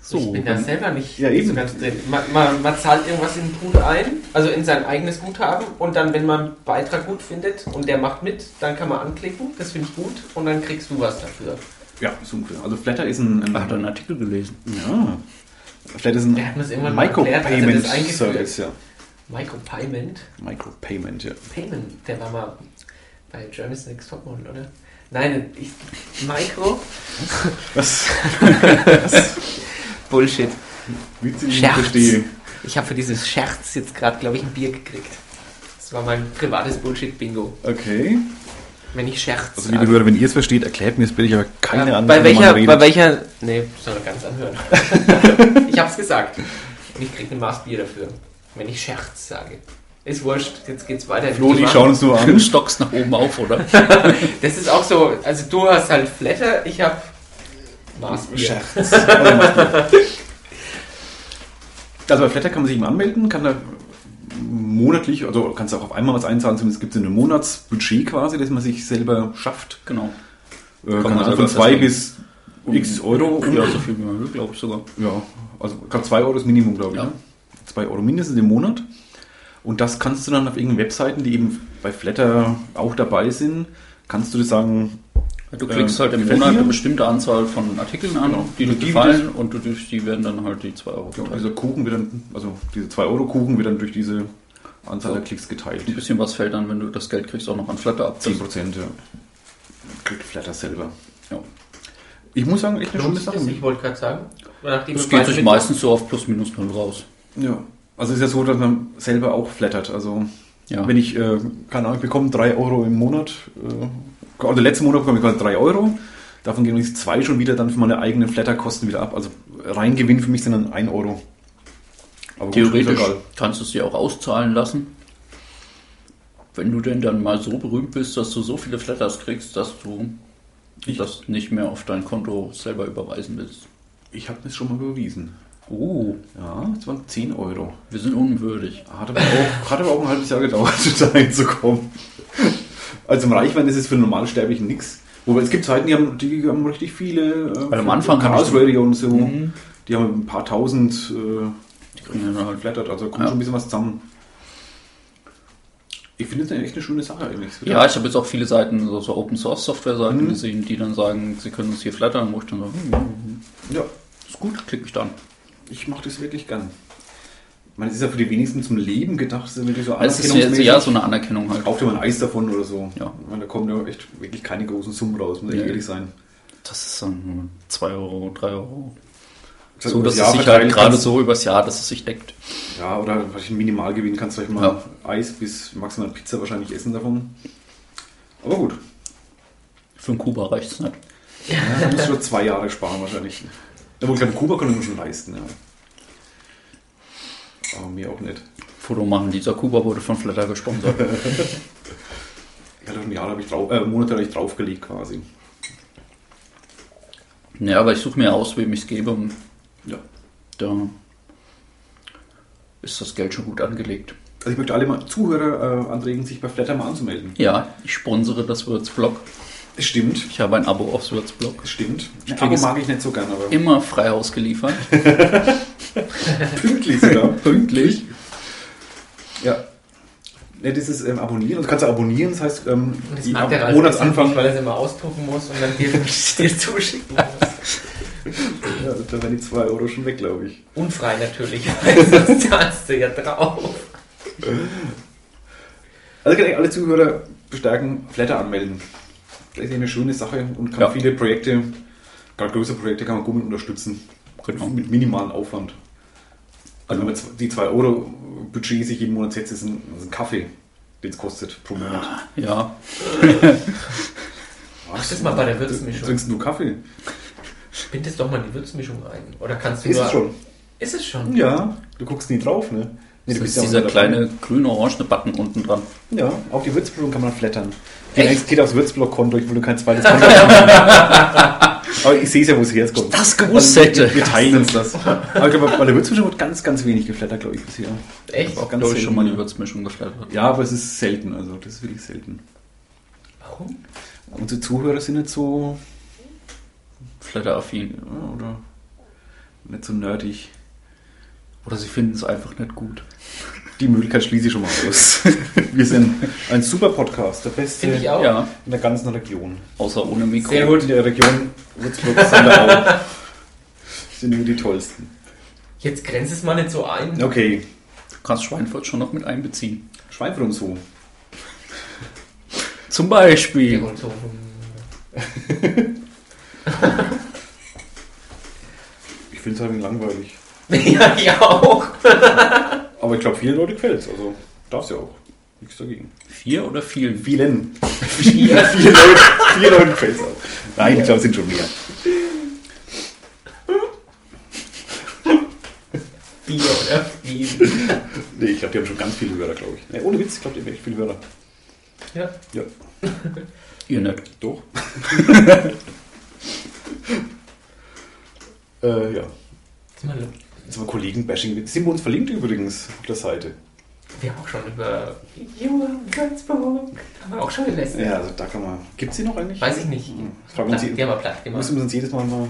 So,
ich bin da
dann-
selber nicht
Ja, eben.
so ganz drin. Man, man, man zahlt irgendwas in den Pool ein, also in sein eigenes Guthaben und dann, wenn man einen Beitrag gut findet und der macht mit, dann kann man anklicken, das finde ich gut und dann kriegst du was dafür.
Ja, so ungefähr. Also Flatter ist ein, ein
Ah, hat er einen Artikel gelesen.
ja. Flatter ist ein
Wir hatten das irgendwann mal erklärt, als er das
Micropayment-Service, ja.
Micropayment,
Micropayment, ja.
Payment, der war mal bei Germany's Next Topmodel, oder? Nein, ich, Micro,
Was?
Bullshit.
Witzig, ich nicht
Scherz.
verstehe.
Ich habe für dieses Scherz jetzt gerade, glaube ich, ein Bier gekriegt. Das war mein privates Bullshit-Bingo.
Okay.
Wenn ich Scherz
Also, liebe Hörer, wenn ihr es versteht, erklärt mir es bitte. Ich habe keine
Ja,
Ahnung.
Bei
wovon man
welcher,
redet.
bei welcher. Nee, soll doch ganz anhören. ich hab's gesagt. Und ich krieg ein Maß Bier dafür. Wenn ich Scherz sage. Ist wurscht, jetzt geht's weiter.
Flo, die
Thema.
schauen uns nur
Du
an.
stockst nach oben auf, oder?
Das ist auch so, also du hast halt Flatter, ich hab Maßbier.
Scherz. also bei Flatter kann man sich eben anmelden, kann da monatlich, also kannst du auch auf einmal was einzahlen, zumindest gibt es ein Monatsbudget quasi, das man sich selber schafft.
Genau.
Äh,
man
kann, man Genau.
selber
von 2
festlegen.
bis x Euro. Und,
Ja, so viel wie man will, glaube ich sogar.
Ja, also kann 2 Euro ist Minimum, glaube ich.
Ja.
Ne? 2 Euro mindestens im Monat. Und das kannst du dann auf irgendwelchen Webseiten, die eben bei Flatter auch dabei sind, kannst du das sagen,
Du klickst
Ähm,
halt im
gefällt
Monat
mir?
eine bestimmte Anzahl von Artikeln an,
Genau.
die dir
Und die Genau.
gefallen und du, durch die werden dann halt die 2 Euro
ja,
geteilt.
dieser Kuchen wird dann, also diese 2 Euro Kuchen wird dann durch diese Anzahl der Klicks geteilt.
Ein bisschen was fällt dann, wenn du das Geld kriegst, auch noch an Flatter ab.
10%, ja. Kriegt Flatter selber.
Ja.
Ich muss sagen, echt eine
Lohnt
schöne
sich das?
Sache.
Ich wollte gerade sagen. Nachdem
Das
wir
geht
beide
sich
mit-
meistens so auf plus minus null raus.
Ja. Also es ist ja so, dass man selber auch flattert. Also
Ja.
wenn ich, äh, keine Ahnung, ich bekomme 3 Euro im Monat, äh, also letzten Monat bekomme ich gerade 3 Euro, davon gehen übrigens 2 schon wieder dann für meine eigenen Flatterkosten wieder ab. Also Reingewinn für mich sind dann 1 Euro. Aber gut,
Theoretisch
ist egal.
kannst du es dir auch auszahlen lassen. Wenn du denn dann mal so berühmt bist, dass du so viele Flatters kriegst, dass du
Ich-
das nicht mehr auf dein Konto selber überweisen willst.
Ich habe das schon mal überwiesen.
Oh,
Ja, das waren 10 Euro.
wir sind unwürdig.
Hat aber, auch, hat aber auch ein halbes Jahr gedauert, da hinzukommen. Also im Reichwein ist es für einen Normalsterblichen nichts. Wobei es gibt Zeiten, die haben, die haben richtig viele. Äh,
Weil am Anfang hab ich-
Chaos Radio und so.
Mhm.
Die haben ein paar tausend äh,
Die kriegen dann halt
geflattert, also kommt
Ja.
schon ein bisschen was zusammen. Ich finde es echt eine schöne Sache eigentlich. Es wird
Ja,
auch-
ich habe jetzt auch viele Seiten, so, so Open Source Software Seiten
Mhm.
gesehen, die dann sagen, sie können uns hier flattern, wo ich dann sage, hm,
ja.
ist gut, klick mich da an.
Ich mache das wirklich gern. Ich meine, es ist ja für die wenigsten zum Leben gedacht, so wirklich so
Also Es ist ja,
anerkennungsmäßig.
ja so eine Anerkennung halt.
Kauft ihr mal ein Eis davon oder so.
Ja.
Ich meine, da kommen ja echt wirklich keine großen Summen raus, muss ich
Nee.
ehrlich sein.
Das ist dann 2 Euro, 3 Euro.
Das
So,
über
dass
das Jahr
es sich
verteilt
halt gerade
kannst-
so übers Jahr, dass es sich deckt.
Ja, oder was ich einen Minimalgewinn kannst du vielleicht mal Eis bis maximal Pizza wahrscheinlich essen davon. Aber gut,
Für einen Kuba reicht es nicht.
da musst du schon zwei Jahre sparen wahrscheinlich. Aber ich glaube, Kuba können wir schon leisten, ja. Aber mir auch nicht.
Foto machen, dieser Kuba wurde von Flatter gesponsert.
Ich hatte schon Jahre habe ich drauf, äh, Monate habe ich draufgelegt quasi.
ja, aber ich suche mir aus, wem ich es gebe. und
Ja.
Da ist das Geld schon gut angelegt.
Also ich möchte alle mal Zuhörer äh, anregen, sich bei Flatter mal anzumelden.
Ja, ich sponsere das Würzblog.
Stimmt.
Ich habe ein Abo aufs Würzblog.
Stimmt.
krieg
Aber
es-
mag ich nicht so gern, aber
Immer frei ausgeliefert.
pünktlich sogar.
Pünktlich.
Ja. Ja, dieses ähm, Abonnieren, also kannst du abonnieren, das heißt, ähm,
Und das
die-
mag der
am
Ralf
Monatsanfang,
nicht, weil er es immer ausdrucken muss und dann dir, dir zuschicken muss.
Ja, da wären die 2 Euro schon weg, glaube ich.
Unfrei natürlich, weil sonst zahlst du ja drauf.
Also kann ich alle Zuhörer bestärken, Flatter anmelden. Das ist eine schöne Sache und kann
Ja.
viele Projekte, gerade größere Projekte, kann man gut mit unterstützen.
Genau.
Mit minimalem Aufwand. Also wenn man z- die 2 Euro Budget sich jeden Monat setzt, ist ein, ist ein Kaffee, den es kostet pro Monat.
Ja,
das ist mal bei der Würzmischung.
Du trinkst nur Kaffee.
Bind es doch mal in die Würzmischung ein. Oder kannst du
Ist
nur,
es schon.
Ist es schon?
Ja, du guckst nie drauf, ne? Nee,
das
du
ist
bist ja auch
dieser
nicht dabei.
kleine grüne-orangene Button unten dran.
Ja, auf die Würzblock kann man flattern.
Echt?
Echt? Geht aufs Würzblock-Konto, ich will kein zweites Konto haben. Aber ich sehe es ja, wo es herkommt.
das gewusst
Wir, wir teilen uns das. Aber ich glaube, bei der Würzmischung wird ganz, ganz wenig geflattert, glaube ich, bisher.
Echt?
Auch,
Ganz
glaube ich, schon
selten.
mal die Würzmischung geflattert.
Ja, aber es ist selten, also das ist wirklich selten.
Warum?
Unsere Zuhörer sind nicht so,
Flatteraffin.
ja, oder Nicht so nerdig.
Oder sie finden es einfach nicht gut.
Die Möglichkeit schließe ich schon mal aus. Wir sind ein super Podcast, der beste
Finde ich auch.
Ja,
in der ganzen Region.
außer ohne Mikro.
Sehr gut.
In der Region Würzburg, Sanderau sind wir die tollsten.
Jetzt grenzt es mal nicht so ein.
Okay,
Du kannst Schweinfurt schon noch mit einbeziehen.
Schweinfurt und so.
Zum Beispiel.
Gerolzhofen.
Ich finde es halt langweilig.
ja, ich auch.
Aber ich glaube, vielen Leute gefällt es. Also darf's ja auch. Nichts dagegen.
Vier oder viel?
Vielen. Vielen, vielen Leute, vielen Leuten gefällt es auch. Nein, ich glaube, es sind schon mehr.
Bier oder Bier.
Nee, ich glaube, die haben schon ganz viele Hörer, glaube ich. Nee, ohne Witz, ich glaube, die haben echt viele Hörer.
Ja.
Ja.
Ihr nicht.
Doch. äh, ja.
Jetzt mal lo-
Jetzt haben wir Kollegen-Bashing. Sind wir uns verlinkt übrigens auf der Seite?
Wir haben auch schon über Johann Würzburg. Haben wir auch schon gelästert.
Ja, also da kann man. Gibt es die noch eigentlich?
Weiß ich nicht.
Fragen wir uns
Platt,
die-
die haben wir platt gemacht.
Müssen wir uns jedes Mal mal,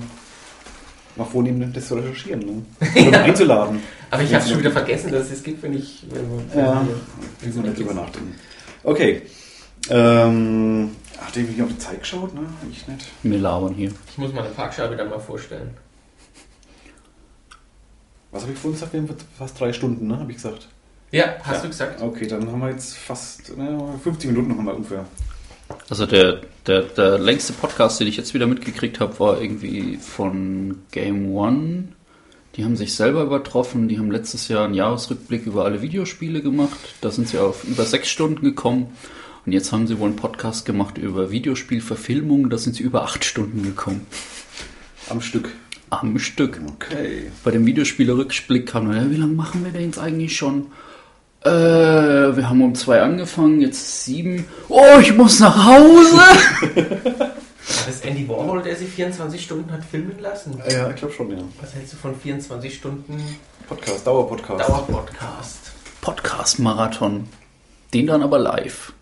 mal vornehmen, das zu recherchieren. Ne? Oder mal einzuladen.
Aber ich habe schon wieder vergessen, dass es das gibt, wenn ich. Wenn wenn
Ja,
wir-
wir müssen wir drüber nachdenken. Okay. Ähm, hat der irgendwie auf die Zeit geschaut? Ne? Ich nicht.
Wir labern hier.
Ich muss meine Parkscheibe dann mal vorstellen.
Was habe ich vorhin gesagt? Wir haben fast drei Stunden, ne? habe ich gesagt.
Ja, hast
Ja.
du gesagt.
Okay, dann haben wir jetzt fast ne, 50 Minuten noch mal ungefähr.
Also der, der, der längste Podcast, den ich jetzt wieder mitgekriegt habe, war irgendwie von Game One. Die haben sich selber übertroffen. Die haben letztes Jahr einen Jahresrückblick über alle Videospiele gemacht. Da sind sie auf über sechs Stunden gekommen. Und jetzt haben sie wohl einen Podcast gemacht über Videospielverfilmungen. Da sind sie über acht Stunden gekommen.
Am Stück.
Am Stück.
Okay.
Bei dem Videospielerrückblick kam dann, ja, wie lange machen wir denn jetzt eigentlich schon? Äh, wir haben um zwei angefangen, jetzt ist sieben. Oh, ich muss nach Hause!
War das Andy Warhol, der sie 24 Stunden hat filmen lassen?
Ja, ich glaube schon, ja.
Was hältst du von 24 Stunden
Podcast, Dauerpodcast.
Dauerpodcast?
Podcast-Marathon. Den dann aber live.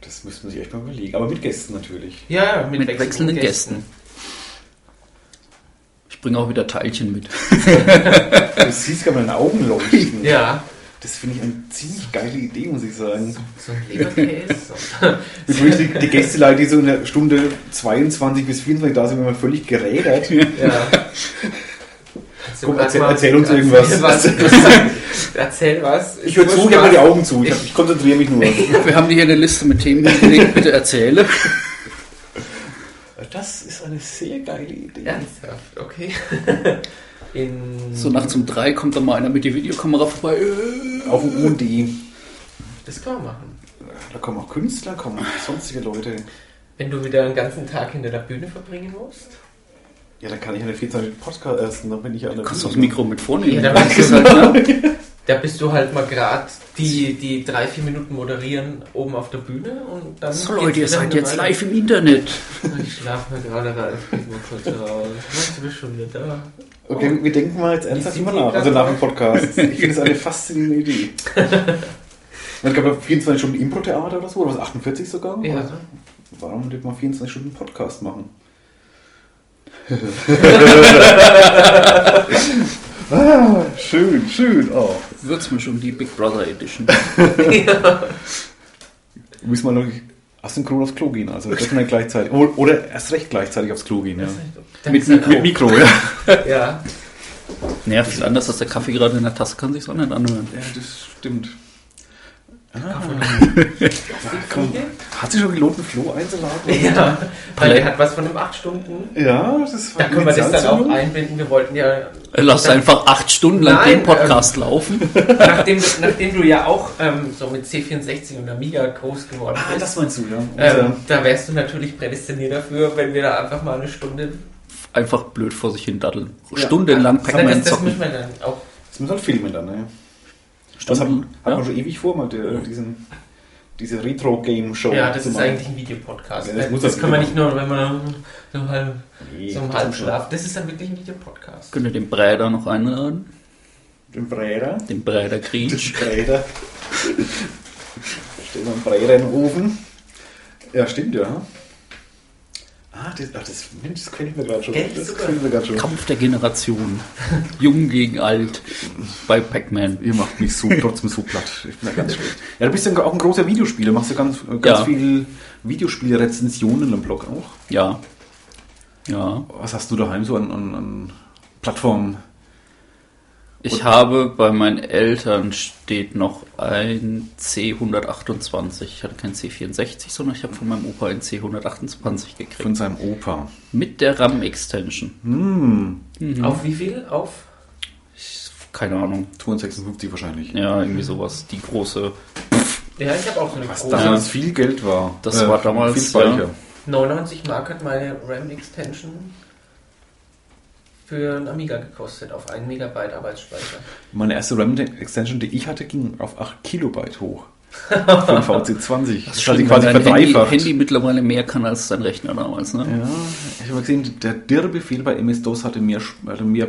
Das müsste man sich echt mal überlegen. Aber mit Gästen natürlich.
Ja, ja, mit,
Mit, wechselnden Gästen. Ich bringe auch wieder Teilchen mit.
Du siehst gar meine Augen leuchten.
Ja,
Das finde ich eine ziemlich geile Idee, muss ich sagen.
so ein Leberkäse.
Mit wirklich die, die Gästeleute, die so in der Stunde 22 bis 24 da sind, wenn man völlig gerädert.
Ja. Kannst du
Komm,
grad
erzähl-
mal-
erzähl uns irgendwas.
was. erzähl was.
Ich höre zu, ich habe die Augen zu. Ich, ich konzentriere mich nur.
Wir haben hier eine Liste mit Themen hingelegt, bitte erzähle.
Das ist eine sehr geile Idee.
Ernsthaft, okay. In
So nachts um drei kommt dann mal einer mit der Videokamera vorbei. Äh,
Auf dem UND.
das kann man machen.
Da kommen auch Künstler, kommen auch sonstige Leute.
Wenn du wieder einen ganzen Tag hinter der Bühne verbringen musst.
Ja, dann kann ich eine 14 Podcast essen, dann bin ich an der
Du kannst auch das
Bühne.
Mikro mit vornehmen.
Ja, da
Weißt du
weiß ich
halt, ne?
Da bist du halt mal gerade die, die drei, vier Minuten moderieren oben auf der Bühne und dann.
So
geht's
Leute, ihr
wieder
seid
eine
jetzt
Weile.
live im Internet.
Ich schlafe mir gerade rein. Ich geh mal kurz raus. Was, Du bist schon wieder da.
Okay, wir denken mal jetzt ernsthaft
sind
drüber
hier
nach.
gerade-
Also nach dem Podcast. Ich finde es eine faszinierende Idee. Es gab ja 24 Stunden Impro-Theater oder so, oder was, 48 sogar?
Ja.
Oder? Warum dürfen wir 24 Stunden Podcast machen? ah, schön, schön. Oh.
Wird's mir schon die Big Brother Edition.
Du musst mal noch asynchron aufs Klo gehen, also das nicht gleichzeitig. o- Oder erst recht gleichzeitig aufs Klo gehen, ja.
Mit
Mit Mikro, ja.
Ja.
Naja, viel anders als der Kaffee gerade in der Tasse kann sich's auch nicht anhören.
Ja, das stimmt. Ah.
Komm.
Hat sich schon gelohnt, einen Flo einzuladen?
Ja, weil der hat was von einem 8 Stunden.
Ja, das war
Da können wir das dann auch
Initialzündung.
einbinden. Wir wollten ja,
Lass einfach acht Stunden lang
Nein, ähm.
den Podcast laufen.
nachdem, nachdem du ja auch ähm, so mit C64 und Amiga groß geworden
Ah,
bist,
das meinst du, ja. Also,
ähm, da wärst du natürlich prädestiniert dafür, wenn wir da einfach mal eine Stunde.
Einfach blöd vor sich hin daddeln.
Ja.
Stundenlang
Nein,
Pac-Man
das, das
zocken.
müssen wir dann auch.
das muss halt filmen dann, ne? Das hat,
Stunden-
hat
ja.
man schon ewig vor, mal der, diesen, diese Retro-Game-Show
Ja, das
zu
ist
machen.
eigentlich ein Videopodcast.
Ja, das
das
muss
das
das
kann man nicht
Video
nur, wenn man so halb,
Nee,
so
das
im
muss man-
Halbschlaf. Das ist dann wirklich ein Videopodcast.
Könnt ihr den Bräder noch einladen?
Den Bräder.
Den Bräder
Den
Krieg.
Bräder. Stellen wir einen Bräder in den Ofen. Ja, stimmt, ja. Ah, Ah, das, ach, das, Mensch, das könnte ich mir gerade schon.
Gell,
Das
super.
könnte ich mir gerade schon.
Kampf der Generation. Jung gegen alt. Bei Pac-Man.
Ihr macht mich so trotzdem so platt. Ich bin da ganz schlecht. Ja, du bist ja auch ein großer Videospieler. Machst du ganz, ganz
Ja.
viel Videospielrezensionen im Blog auch.
Ja. Ja.
Was hast du daheim so an, an, an Plattformen?
Ich
Und-
habe bei meinen Eltern steht noch ein C128. Ich hatte kein C64, sondern ich habe von meinem Opa ein C128 gekriegt.
Von seinem Opa.
Mit der RAM-Extension.
Hm,
Mhm.
Auf wie viel? Auf?
Ich- Keine Ahnung.
256 wahrscheinlich.
Ja, irgendwie sowas. Die große.
Ja, ich habe auch so eine
Was
große.
damals viel Geld war. Äh,
Das war damals,
viel Speicher.
99 Mark hat meine RAM-Extension für einen Amiga gekostet, auf 1 Megabyte Arbeitsspeicher.
Meine erste RAM-Extension, die ich hatte, ging auf 8 Kilobyte hoch. Von VC20. Das, hat die quasi
Weil dein Handy,
verdreifacht.
Handy mittlerweile mehr kann als dein Rechner damals, ne?
Ja, ich habe gesehen, der DIR-Befehl bei MS-DOS hatte mehr, Sch- hatte mehr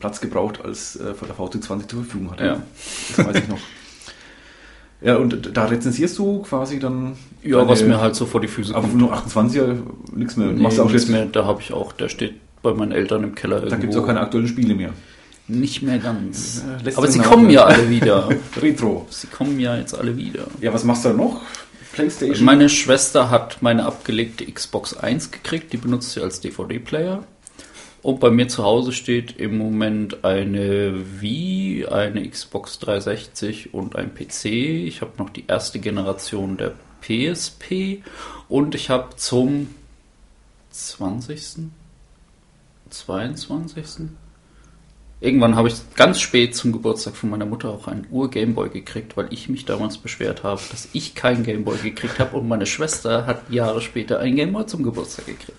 Platz gebraucht, als äh, von der VT20 zur Verfügung hatte.
Ja.
Das weiß ich noch. Ja, und da rezensierst du quasi dann.
Ja, was
deine-
mir halt so vor die Füße
Auf
kommt.
nur 28er nichts mehr.
Nee,
Machst du auch
nichts
jetzt
mehr. Da habe ich auch. Der steht bei meinen Eltern im Keller irgendwo.
Da gibt es auch keine aktuellen Spiele mehr.
Nicht mehr ganz.
Äh, lässt
Aber
sich
sie
nach-
kommen ja alle wieder.
Retro.
sie kommen ja jetzt alle wieder. Also
Ja, was machst du da noch? PlayStation.
Meine Schwester hat meine abgelegte Xbox 1 gekriegt, die benutzt sie als DVD-Player. Und bei mir zu Hause steht im Moment eine Wii, eine Xbox 360 und ein PC. Ich habe noch die erste Generation der PSP und ich habe zum 20. 22. Irgendwann habe ich ganz spät zum Geburtstag von meiner Mutter auch einen Ur-Gameboy gekriegt, weil ich mich damals beschwert habe, dass ich keinen Gameboy gekriegt habe und meine Schwester hat Jahre später einen Gameboy zum Geburtstag gekriegt.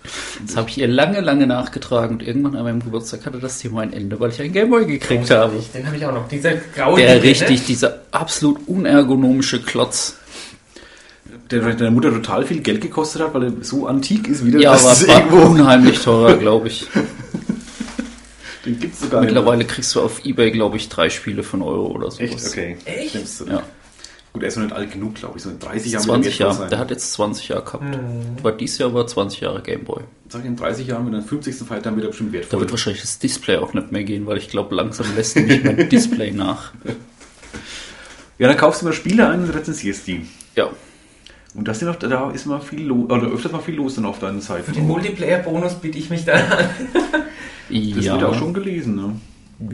Das habe ich ihr lange, lange nachgetragen und irgendwann an meinem Geburtstag hatte das Thema ein Ende, weil ich einen Gameboy gekriegt habe.
Den habe ich auch noch. Dieser graue
Der
Dicke,
richtig,
Ne?
dieser absolut unergonomische Klotz.
Der vielleicht deiner Mutter total viel Geld gekostet hat, weil er so antik ist wieder.
Ja,
dass
aber
es
war
irgendwo.
unheimlich teurer, glaube ich.
Den gibt es sogar
Mittlerweile kriegst du auf Ebay, glaube ich, drei Spiele von Euro oder
nicht. Echt?
sowas.
Okay.
Echt?
Stimmt's.
Ja.
Gut, er ist noch nicht alt genug, glaube ich. So in 30 Jahren
20
wird er wertvoll
Jahre. Der hat jetzt 20 Jahre gehabt. War dieses Jahr war 20 Jahre Gameboy.
Sag ich, in 30 Jahren, mit der 50. Feiertag wird er bestimmt
Da
wertvoll.
wird wahrscheinlich das Display auch nicht mehr gehen, weil ich glaube, langsam lässt nicht mein Display nach.
ja, dann kaufst du mal Spiele ein und rezensierst die.
Ja.
Und das sind noch, da ist mal viel los, oder öfters mal viel los dann auf deinen Seiten.
Für den Multiplayer-Bonus biete ich mich da an.
das
Ja.
wird auch schon gelesen ne?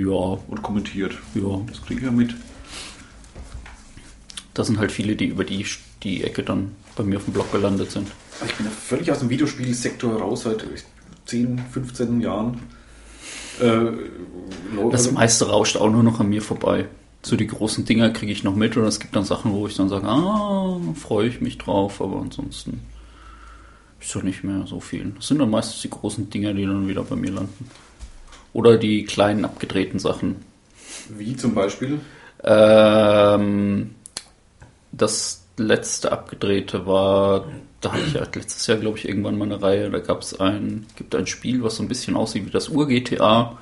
ja.
und kommentiert.
Ja.
Das kriege ich ja mit.
Das sind halt viele, die über die, die Ecke dann bei mir auf dem Blog gelandet sind.
Also Ich bin ja völlig aus dem Videospielsektor raus seit 10, 15 Jahren. Äh, Leute-
Das meiste rauscht auch nur noch an mir vorbei. So die großen Dinger kriege ich noch mit und es gibt dann Sachen, wo ich dann sage, ah, freue ich mich drauf, aber ansonsten ist doch nicht mehr so viel. Das sind dann meistens die großen Dinger, die dann wieder bei mir landen. Oder die kleinen abgedrehten Sachen.
wie zum Beispiel.
Ähm, das letzte abgedrehte war, da hatte ich halt letztes Jahr, glaube ich, irgendwann mal eine Reihe, da gab es ein, gibt ein Spiel, was so ein bisschen aussieht wie das Ur-GTA,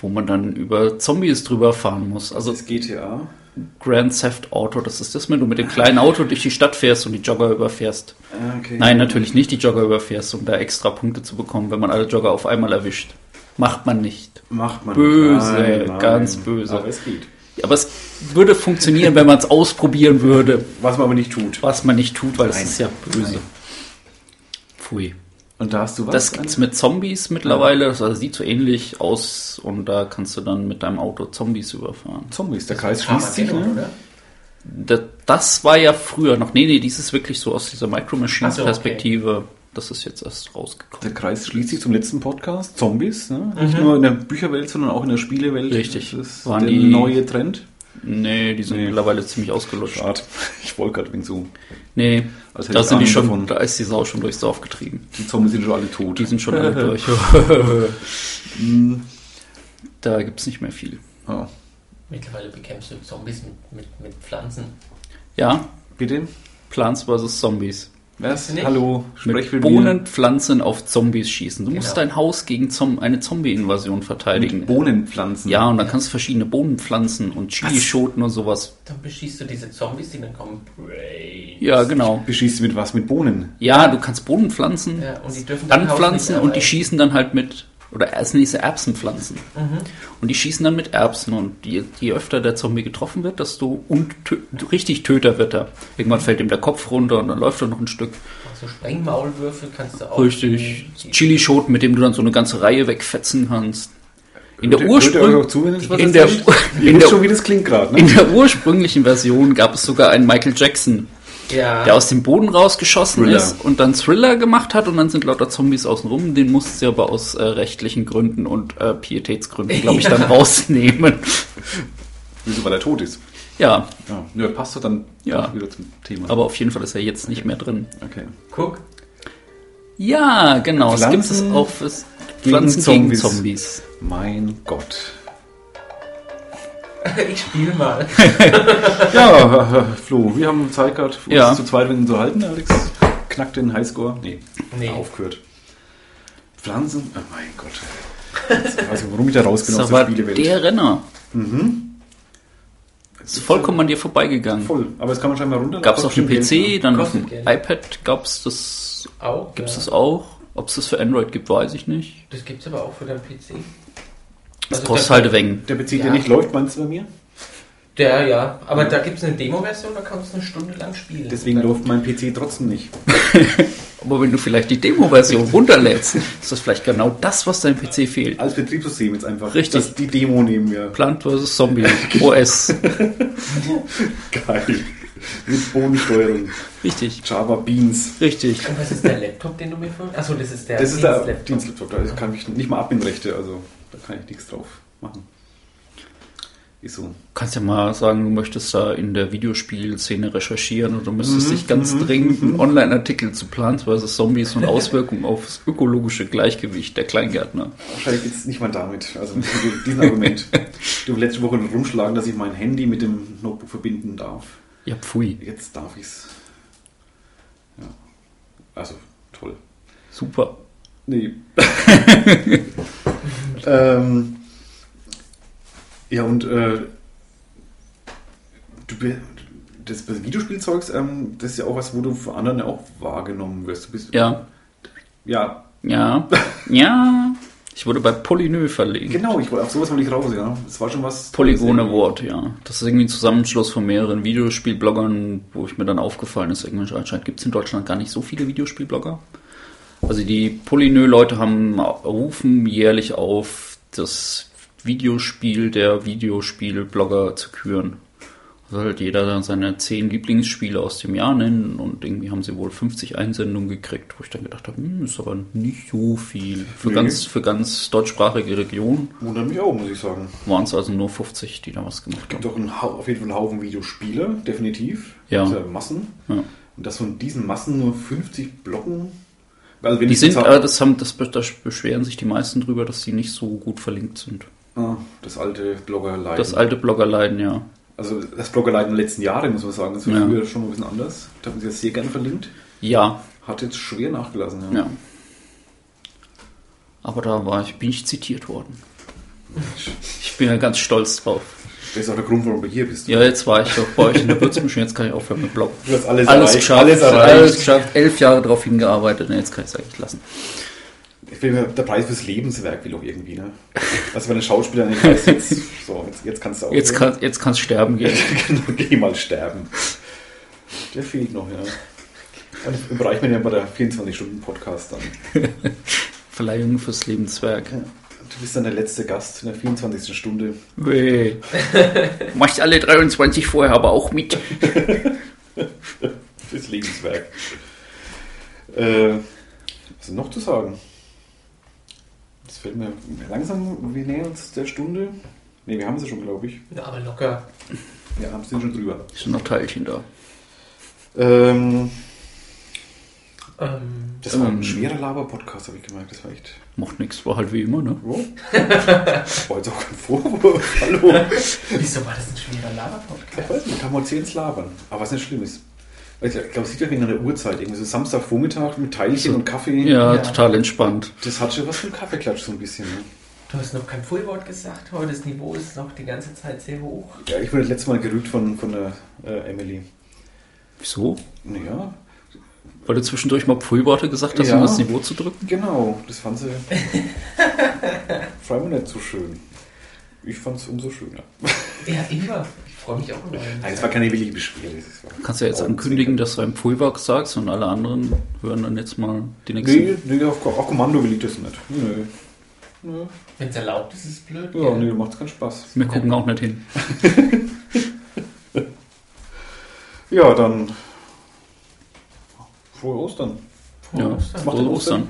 wo man dann über Zombies drüber fahren muss. Also
das GTA.
Grand Theft Auto, das ist das, wenn du mit dem kleinen Auto durch die Stadt fährst und die Jogger überfährst.
Ah, Okay.
Nein, natürlich nicht die Jogger überfährst, um da extra Punkte zu bekommen, wenn man alle Jogger auf einmal erwischt. Macht man nicht.
Macht man
Böse, ganz böse.
Aber es geht.
Aber es würde funktionieren, wenn man es ausprobieren würde.
Was man aber nicht tut.
Was man nicht tut, weil es
Nein.
ist ja böse.
Nein.
Pfui.
Und da hast du was?
Das gibt's mit Zombies mittlerweile, das also sieht so ähnlich aus und da kannst du dann mit deinem Auto Zombies überfahren.
Zombies. Der Kreis schließt sich,
Armageddon,
ne?
genau, oder?
Da- Das war ja früher noch, nee, nee, dies ist wirklich so aus dieser Micro Machines
Ach so, okay.
Perspektive. Das ist jetzt erst rausgekommen.
Der Kreis schließt sich zum letzten Podcast. Zombies, ne? Nicht nur in der Bücherwelt, sondern auch in der Spielewelt.
Mhm. Richtig.
Das ist
Waren
der
die-
neue Trend.
Nee, die sind
Nee.
mittlerweile ziemlich ausgelutscht.
Schade. Ich wollte gerade wegen so.
Nee,
Als hätte
da
ich
sind die
Ahnung
schon,
davon.
da ist die Sau schon durchs Dorf getrieben.
Die Zombies sind schon alle tot. Hm.
Die sind schon alle durch. da gibt's nicht mehr viel.
Ah.
Mittlerweile bekämpfst du Zombies mit, mit, mit Pflanzen.
Ja,
Bitte?
Plants vs. Zombies.
Was?
Nicht?
Hallo,
Mit
sprech mit mir.
Bohnenpflanzen auf Zombies schießen. Du
Genau.
musst dein Haus gegen Zom eine Zombie-Invasion verteidigen.
Mit Bohnenpflanzen.
ja, und dann kannst du verschiedene Bohnenpflanzen und Chilischoten und sowas.
Dann beschießt du diese Zombies, die dann kommen. Brains.
Ja, genau.
Beschießt sie mit was? Mit Bohnen.
Ja, du kannst Bohnen pflanzen,
Ja, und die dürfen dein Haus
anpflanzen
nicht
und die
erreichen.
schießen dann halt mit, oder als nächstes Erbsen pflanzen.
Mhm.
Und die schießen dann mit Erbsen und je, je öfter der Zombie getroffen wird, desto un tö richtig töter wird er. Irgendwann fällt ihm der Kopf runter und dann läuft er noch ein Stück.
So Sprengmaulwürfel Also kannst du auch.
Richtig.
Die- die-
Chilischoten, mit dem du dann so eine ganze Reihe wegfetzen kannst. In der,
Hört ihr- hört
also
ihr euch auch
Ursprung,
zu, wenn ich was
in, der,
erzähle? Ihr
in,
wisst schon,
der,
wie das klingt gerade, ne?
in der ursprünglichen Version gab es sogar einen Michael Jackson,
Ja.
der aus dem Boden rausgeschossen
Thriller.
ist und dann Thriller gemacht hat und dann sind lauter Zombies außenrum. Den mussten sie aber aus äh, rechtlichen Gründen und äh, Pietätsgründen, glaube ich, dann
Ja.
rausnehmen.
Wieso, weil er tot ist.
Ja,
Ja, ja passt doch dann
Ja.
passt wieder zum Thema.
aber auf jeden Fall ist er jetzt nicht mehr drin.
okay.
Guck.
Ja, genau. Es gibt es
Pflanzen
auch fürs Pflanzen gegen
Zombies.
Zombies.
Mein Gott.
Ich spiel mal.
Ja, äh, Flo, wir haben Zeit gehabt, uns
Ja.
zu zweit wenn zu halten, Alex. Knackt den Highscore. Nee,
Nee.
aufgehört. Pflanzen, oh mein Gott. Jetzt weiß ich, warum ich da raus bin
Das
aus
war
der Spielewelt.
der Renner.
Es
Ist vollkommen an dir vollgegangen.
voll. genau. Aber das kann man scheinbar runter. ne?
Gab es auf dem PC, dann auf dem
Kostet Geld.
iPad gab es das.
Auch.
Gibt es
ja.
das auch? Ob es das für Android gibt, weiß ich nicht.
Das gibt's aber auch für deinen PC.
Das
Also das-
kostet halt ein wenig.
Der PC,
Ja.
der nicht läuft, meinst du bei mir?
Der, ja. Aber da gibt's eine Demo-Version, da kannst du eine Stunde lang spielen.
Deswegen
Dann-
läuft mein PC trotzdem nicht.
Aber wenn du vielleicht die Demo-Version runterlädst, ist das vielleicht genau das, was deinem PC fehlt.
Als Betriebssystem jetzt einfach.
Richtig.
Das, die Demo nehmen wir.
Plant vs. Zombie OS.
Geil. Mit Bodensteuerung.
Richtig,
Java Beans.
richtig.
Und was ist der Laptop, den du mir vorhin... Achso, das ist der
Das ist der
Dienstlaptop.
Dienstlaptop. Da kann ich nicht mal ab in Rechte. Also da kann ich nichts drauf machen. Ist so.
Kannst ja mal sagen, du möchtest da in der Videospielszene recherchieren und du müsstest dich ganz dringend einen Online-Artikel zu Plants vs. Zombies und Auswirkungen aufs ökologische Gleichgewicht der Kleingärtner.
Wahrscheinlich jetzt nicht mal damit. Also mit diesem- diesem Argument. Du letzte Woche rumschlagen, dass ich mein Handy mit dem Notebook verbinden darf.
Ja, pfui.
Jetzt darf ich's. Ja. Also toll.
Super.
Nee. ähm, ja, und äh, du, bi- das das Videospielzeugs, ähm, das ist ja auch was, wo du von anderen ja auch wahrgenommen wirst. Du bist,
Ja,
ja,
ja, ja. Ich wurde bei Polynö verlegen.
genau, ich, wollte- auf sowas wollte ich raus, ja. Es war schon was.
Polygon Award, ja. Das ist irgendwie ein Zusammenschluss von mehreren Videospielbloggern, wo ich mir dann aufgefallen ist, irgendwie anscheinend gibt es in Deutschland gar nicht so viele Videospielblogger. Also die Polynö-Leute haben rufen jährlich auf, das Videospiel der Videospielblogger zu küren. Also halt jeder dann seine zehn Lieblingsspiele aus dem Jahr nennen und irgendwie haben sie wohl 50 Einsendungen gekriegt, wo ich dann gedacht habe, hm, ist aber nicht so viel. Für,
Nee.
ganz, für ganz deutschsprachige Region
Wundert mich auch, muss ich sagen.
waren es also nur 50, die da was gemacht haben.
Gibt auch einen, Hau- auf jeden Fall einen Haufen Videospiele, definitiv.
Ja.
Das sind Massen.
Ja.
Und dass von diesen Massen nur 50 blocken. Also wenn
Die
ich
sind,
jetzt-
aber das haben, das, be- das beschweren sich die meisten drüber, dass die nicht so gut verlinkt sind.
Ah, das alte Blogger leiden.
Das alte Blogger leiden, ja.
Also das Bloggerleiten der letzten Jahre, muss man sagen, das war
Ja.
früher schon mal ein bisschen anders. Da haben sie das sehr gerne verlinkt.
Ja,
Hat jetzt schwer nachgelassen. Ja.
ja. Aber da war ich, bin ich zitiert worden. Ich bin ja ganz stolz drauf.
Das ist auch der Grund, warum du hier bist.
Ja, jetzt war ich doch bei euch in der Würzmischung, jetzt kann ich aufhören mit Blog.
Du hast alles,
Alles
erreicht.
geschafft,
Alles
alles,
erreicht.
geschafft, elf Jahre drauf hingearbeitet, ne, jetzt kann ich es eigentlich lassen.
Ich will mir der Preis fürs Lebenswerk will auch irgendwie, ne? Also wenn ein Schauspieler nicht weiß, jetzt, so, jetzt, jetzt kannst du auch.
Jetzt kann es jetzt kann's sterben gehen.
genau, geh mal sterben. Der fehlt noch, ja. Dann überreicht man ja bei der 24-Stunden-Podcast dann.
Verleihung fürs Lebenswerk.
Du bist dann der letzte Gast in der 24. Stunde.
Weh. Macht alle 23 vorher aber auch mit.
Fürs Lebenswerk. äh, was ist noch zu sagen? Das fällt mir langsam, wir nähern uns der Stunde. Ne, wir haben sie schon, glaube ich.
Ja, aber locker.
Ja, haben sie schon drüber.
Sind noch Teilchen da.
Ähm,
Ähm,
das war
Ähm.
ein schwerer Laber-Podcast, habe ich gemerkt. Das war echt.
Macht nichts, war halt wie immer, ne?
Wow. war jetzt auch kein Vorwurf. Hallo.
wieso war das ein schwerer Laber-Podcast?
Ich weiß nicht, kann man zehn labern. Aber was nicht schlimm ist. Ich glaube, es sieht ja wegen einer Uhrzeit. Irgendwie so Samstagvormittag mit Teilchen und Kaffee.
Ja,
Ja.
total entspannt.
Das hat schon was vom Kaffeeklatsch so ein bisschen. Ne?
Du hast noch kein Fullwort gesagt heute. Das Niveau ist noch die ganze Zeit sehr hoch.
Ja, ich wurde das letzte Mal gerügt von, von der äh, Emily.
Wieso?
Naja,
Weil du zwischendurch mal Pfui-Worte gesagt hast,
Ja.
um das Niveau zu drücken?
genau. Das fand sie scheinbar nicht so schön. Ich fand es umso schöner.
Ja, immer. Ich freue mich auch immer.
Nein, es war keine willige Beschwerde. das war-
Du kannst ja jetzt ankündigen, dass du ein Pfui-Wort sagst und alle anderen hören dann jetzt mal die nächsten.
Nee, nee auf, auf Kommando will ich das nicht. Nee. Nee.
Wenn es erlaubt ist, ist es blöd.
Ja,
gell?
nee, macht's keinen Spaß.
Wir gucken auch nicht hin.
Ja, dann. Frohe Ostern.
Frohe
Oh, Ja,
Ostern.
Macht
frohe
ihr
Ostern.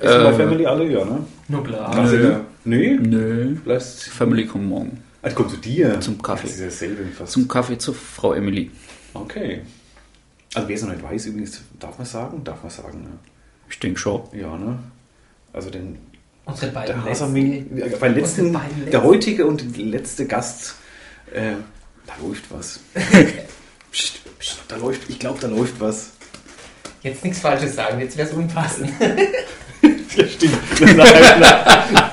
Essen bei
Äh,
Family alle, ja, ne?
Nur klar.
Nö.
Kannst du- Nee?
Nö. Die
Bleibst.
Family kommt morgen.
Ah, die kommt zu dir.
Zum Kaffee.
Das ist ja dasselbe fast.
Zum Kaffee zur Frau Emily.
okay. Also, wer es noch nicht weiß, übrigens, darf man sagen? Darf man sagen, ne?
Ich denke schon.
Ja, ne? Also, den.
Unsere beiden
Der
letzten-
Hasamil. äh, Bei letzten,
Und die beiden letzten.
der heutige und der letzte Gast. Äh, da läuft was. psst, psst, da läuft. Ich glaube, da läuft was.
Jetzt nichts Falsches sagen, jetzt wäre es unpassend.
Ja, stimmt. Nein, nein.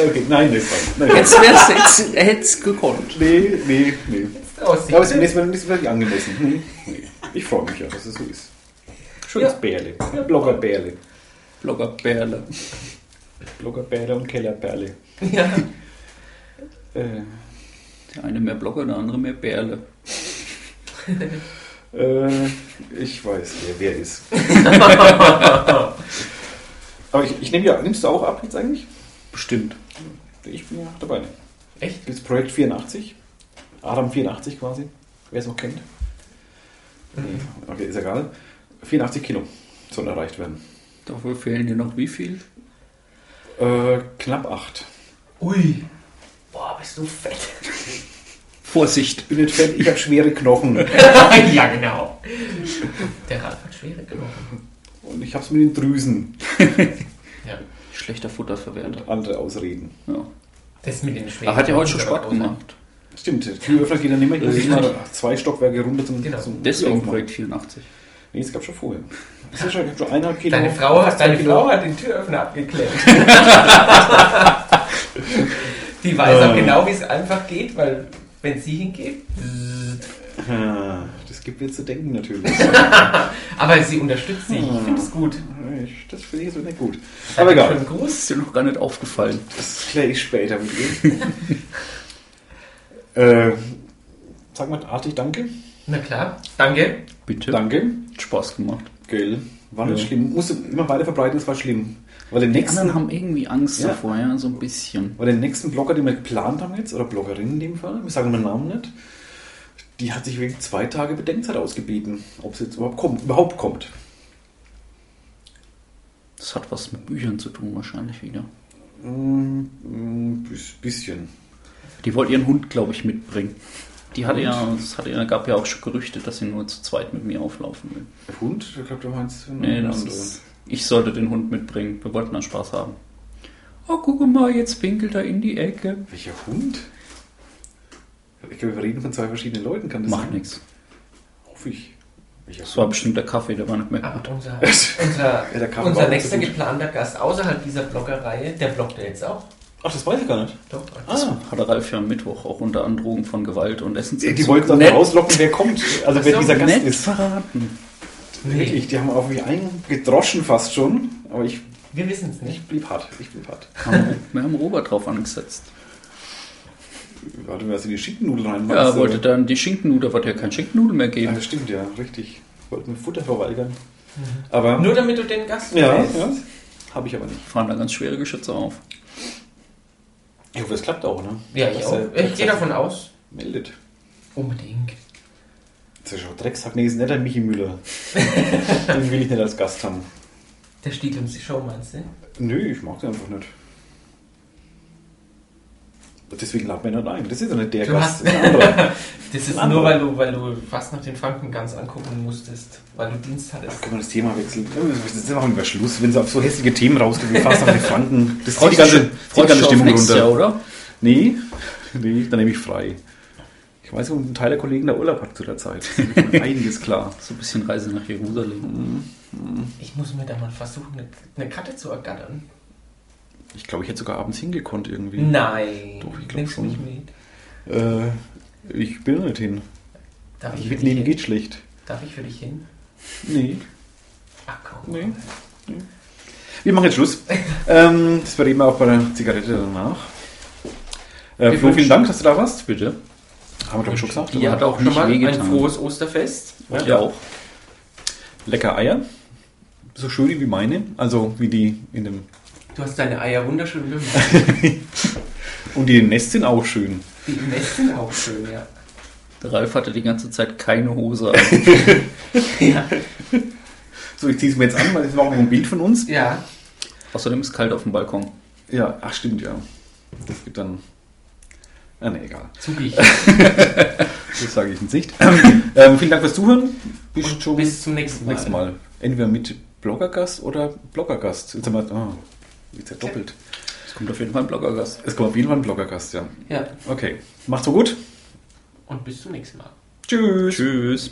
okay, nein, das war. Nein.
Jetzt wär's, jetzt hätt's gekonnt.
Nee, nee, nee.
Aussieht.
Ja, aber es ist mir nicht wirklich angemessen. Nee, nee. Ich freue mich ja, dass es so ist. Schönes
Ja.
Bärle. Ja, Bloggerberle.
Blogger Berle.
Bloggerberle und Kellerberle.
ja.
Äh,
Der eine mehr Blogger, der andere mehr Berle.
äh, ich weiß, wer wer ist. aber ich, ich nehme ja, nimmst du auch ab jetzt eigentlich?
Bestimmt.
Ich bin ja dabei.
Echt?
Das Projekt 84. Adam 84 quasi. Wer es noch kennt. Nee, okay, ist egal. 84 Kilo sollen erreicht werden.
Dafür fehlen dir noch wie viel?
Äh, knapp 8.
Ui. Boah, bist du fett.
Vorsicht.
Bin nicht fett, ich habe schwere Knochen.
ja, genau. Der Ralf hat schwere Knochen.
Und ich habe es mit den Drüsen.
Ja.
Schlechter Futterverwerter.
Andere Ausreden.
Ja.
Das mit den schweren
Er hat ja heute schon
Knochen
Sport
ist
ne?
aber
gemacht.
Stimmt, der Türöffner geht dann nicht mehr. Ich muss
Richtig.
immer zwei Stockwerke runter zum,
Genau.
zum
Deswegen
Aufmachen.
Projekt 84.
Nee, das gab schon vorher. Das ist schon, ich hab schon eineinhalb
groß.
Kilo.
Deine Frau,
fast
hat,
Genau. zwei
deine
Kilo.
Frau hat den Türöffner abgeklemmt. Die weiß auch
Ähm.
genau, wie es einfach geht, weil wenn sie hingeht.
Ah, Das gibt mir zu denken natürlich.
Aber sie unterstützt sie. Ich finde es gut.
Ich- das finde ich so nicht gut. Hm. Aber egal.
Schönen Gruß.
Ist dir noch gar nicht aufgefallen.
Das kläre ich später mit ihm. äh, sag mal artig Danke.
Na klar. Danke.
Bitte.
Danke.
Hat Spaß gemacht.
Gell. War nicht
Ja.
schlimm. Musste immer weiter verbreiten, es war schlimm. Weil den
Die anderen
nächsten,
haben irgendwie Angst
Ja.
davor, ja, so ein bisschen.
weil den nächsten Blogger, den wir geplant haben jetzt, oder Bloggerin in dem Fall, wir sagen den Namen nicht, die hat sich wegen zwei Tage Bedenkzeit ausgebeten, ob sie jetzt überhaupt kommt. Überhaupt kommt.
Das hat was mit Büchern zu tun, wahrscheinlich wieder.
Mm, mm, bis- bisschen.
Die wollte ihren Hund, glaube ich, mitbringen. Die hatte ja, es hatte, ja- gab ja auch schon Gerüchte, dass sie nur zu zweit mit mir auflaufen will.
Hund? Ich glaube, du meinst einen
Nee, Hm, das
anderen.
ist, ich sollte den Hund mitbringen. Wir wollten dann Spaß haben. Oh, guck mal, jetzt pinkelt er in die Ecke.
Welcher Hund? Ich glaube, wir reden von zwei verschiedenen Leuten, kann das
Macht
sein?
nichts.
Hoffe ich. Welcher
Das war bestimmt der Kaffee, der war nicht mehr
Ah,
gut.
unser
Ja, der
unser,
kam aber
unser
auch
nächster
so gut.
geplanter Gast außerhalb dieser Bloggerreihe, der bloggt ja jetzt auch.
Ach, das weiß ich gar nicht.
Doch.
Das
Ah.
hatte Ralf ja am Mittwoch auch unter Androhung von Gewalt und
Die,
Essensentzug.
die wollten dann
Nett-
rauslocken, wer kommt. Also wer
Ach so,
dieser Gast
nett
ist.
verraten.
Nee,
Wirklich, die haben auf mich eingedroschen fast schon. Aber ich,
wir wissen es nicht.
ich blieb hart. Ich blieb hart.
Wir haben Robert drauf angesetzt.
Warte mal, dass in die Schinkennudeln reinmachst.
Ja, er
oder?
wollte dann die Schinkennudeln, wollte ja kein Schinkennudeln mehr
Ja,
geben.
das stimmt, ja. Richtig. Wollten mir Futter verweigern.
Mhm.
Aber...
Nur damit du den Gast
ja,
weißt.
ja. Habe ich aber nicht.
Fahren da ganz schwere Geschütze auf.
Ich hoffe, es klappt auch, ne?
Ja, ich
Dass
auch.
er-
Ich gehe davon aus.
Meldet.
Unbedingt.
Das ist schon Drecksack. Nee, ist nicht der Michi Müller. Den will ich nicht als Gast haben.
Der stiehlt uns die Show, meinst du?
Nö, ich mag den einfach nicht. Deswegen laden wir ihn nicht ein. Das ist ja nicht der
Du hast-
Gast, das ist ein anderer.
Das ist
Andere.
nur, weil du, weil du fast nach den Franken ganz angucken musstest, weil du Dienst hattest.
Können wir das Thema wechseln? Jetzt machen wir über Schluss, wenn sie auf so hässliche Themen rausgehen, fassen wir die Franken. Das zieht die ganze, zieht die ganze
auf
Stimmung
nächstes
runter.
Jahr, oder?
Nee, nee, dann nehme ich frei. Ich Ich weiß, ein Teil der Kollegen da Urlaub hat zu der Zeit. Einiges klar.
So ein bisschen Reise nach Jerusalem.
Ich muss mir da mal versuchen, eine, eine Karte zu ergattern.
Ich glaube, ich hätte sogar abends hingekonnt irgendwie.
Mhm. Nein.
Doch, ich glaub
Nimmst du
schon.
mich mit?
Äh, ich bin nicht hin.
Darf ich,
Ich
für
mit
dich
Leben
hin?
geht schlecht.
Darf ich für dich hin?
Nee.
Ach komm.
Nee. Wir machen jetzt Schluss. ähm, das verreden wir auch bei der Zigarette danach.
Wir
Äh, Flo, vielen
wünschen-
Dank, dass du da warst.
Bitte.
Haben wir doch schon gesagt.
Ja,
Ihr
oder?
habt auch schon
Nicht
mal ein
wehgetan.
frohes Osterfest.
Ja,
Ja,
ja.
auch.
Lecker Eier. So schön wie meine. Also wie die in dem.
Du hast deine Eier wunderschön gemacht.
Und die Nest sind auch schön.
Die im Nest sind auch schön, ja.
Der Ralf hatte die ganze Zeit keine Hose an.
Ja.
So, ich ziehe es mir jetzt an, weil es war auch noch ein Bild von uns.
ja.
Außerdem ist es kalt auf dem Balkon.
Ja, ach stimmt, ja. Das gibt dann. Ah, ne, egal.
Zugig.
Das sage ich jetzt nicht. ähm, vielen Dank fürs Zuhören. Bis
Und
zum
bis zum nächsten Mal.
nächsten Mal. Entweder mit Bloggergast oder Bloggergast. Jetzt haben wir. Ah, jetzt ja doppelt.
Es kommt auf jeden Fall ein Bloggergast.
Es kommt auf jeden Fall ein Bloggergast, ja.
Ja.
Okay. Macht's so gut.
Und bis zum nächsten Mal.
Tschüss.
Tschüss.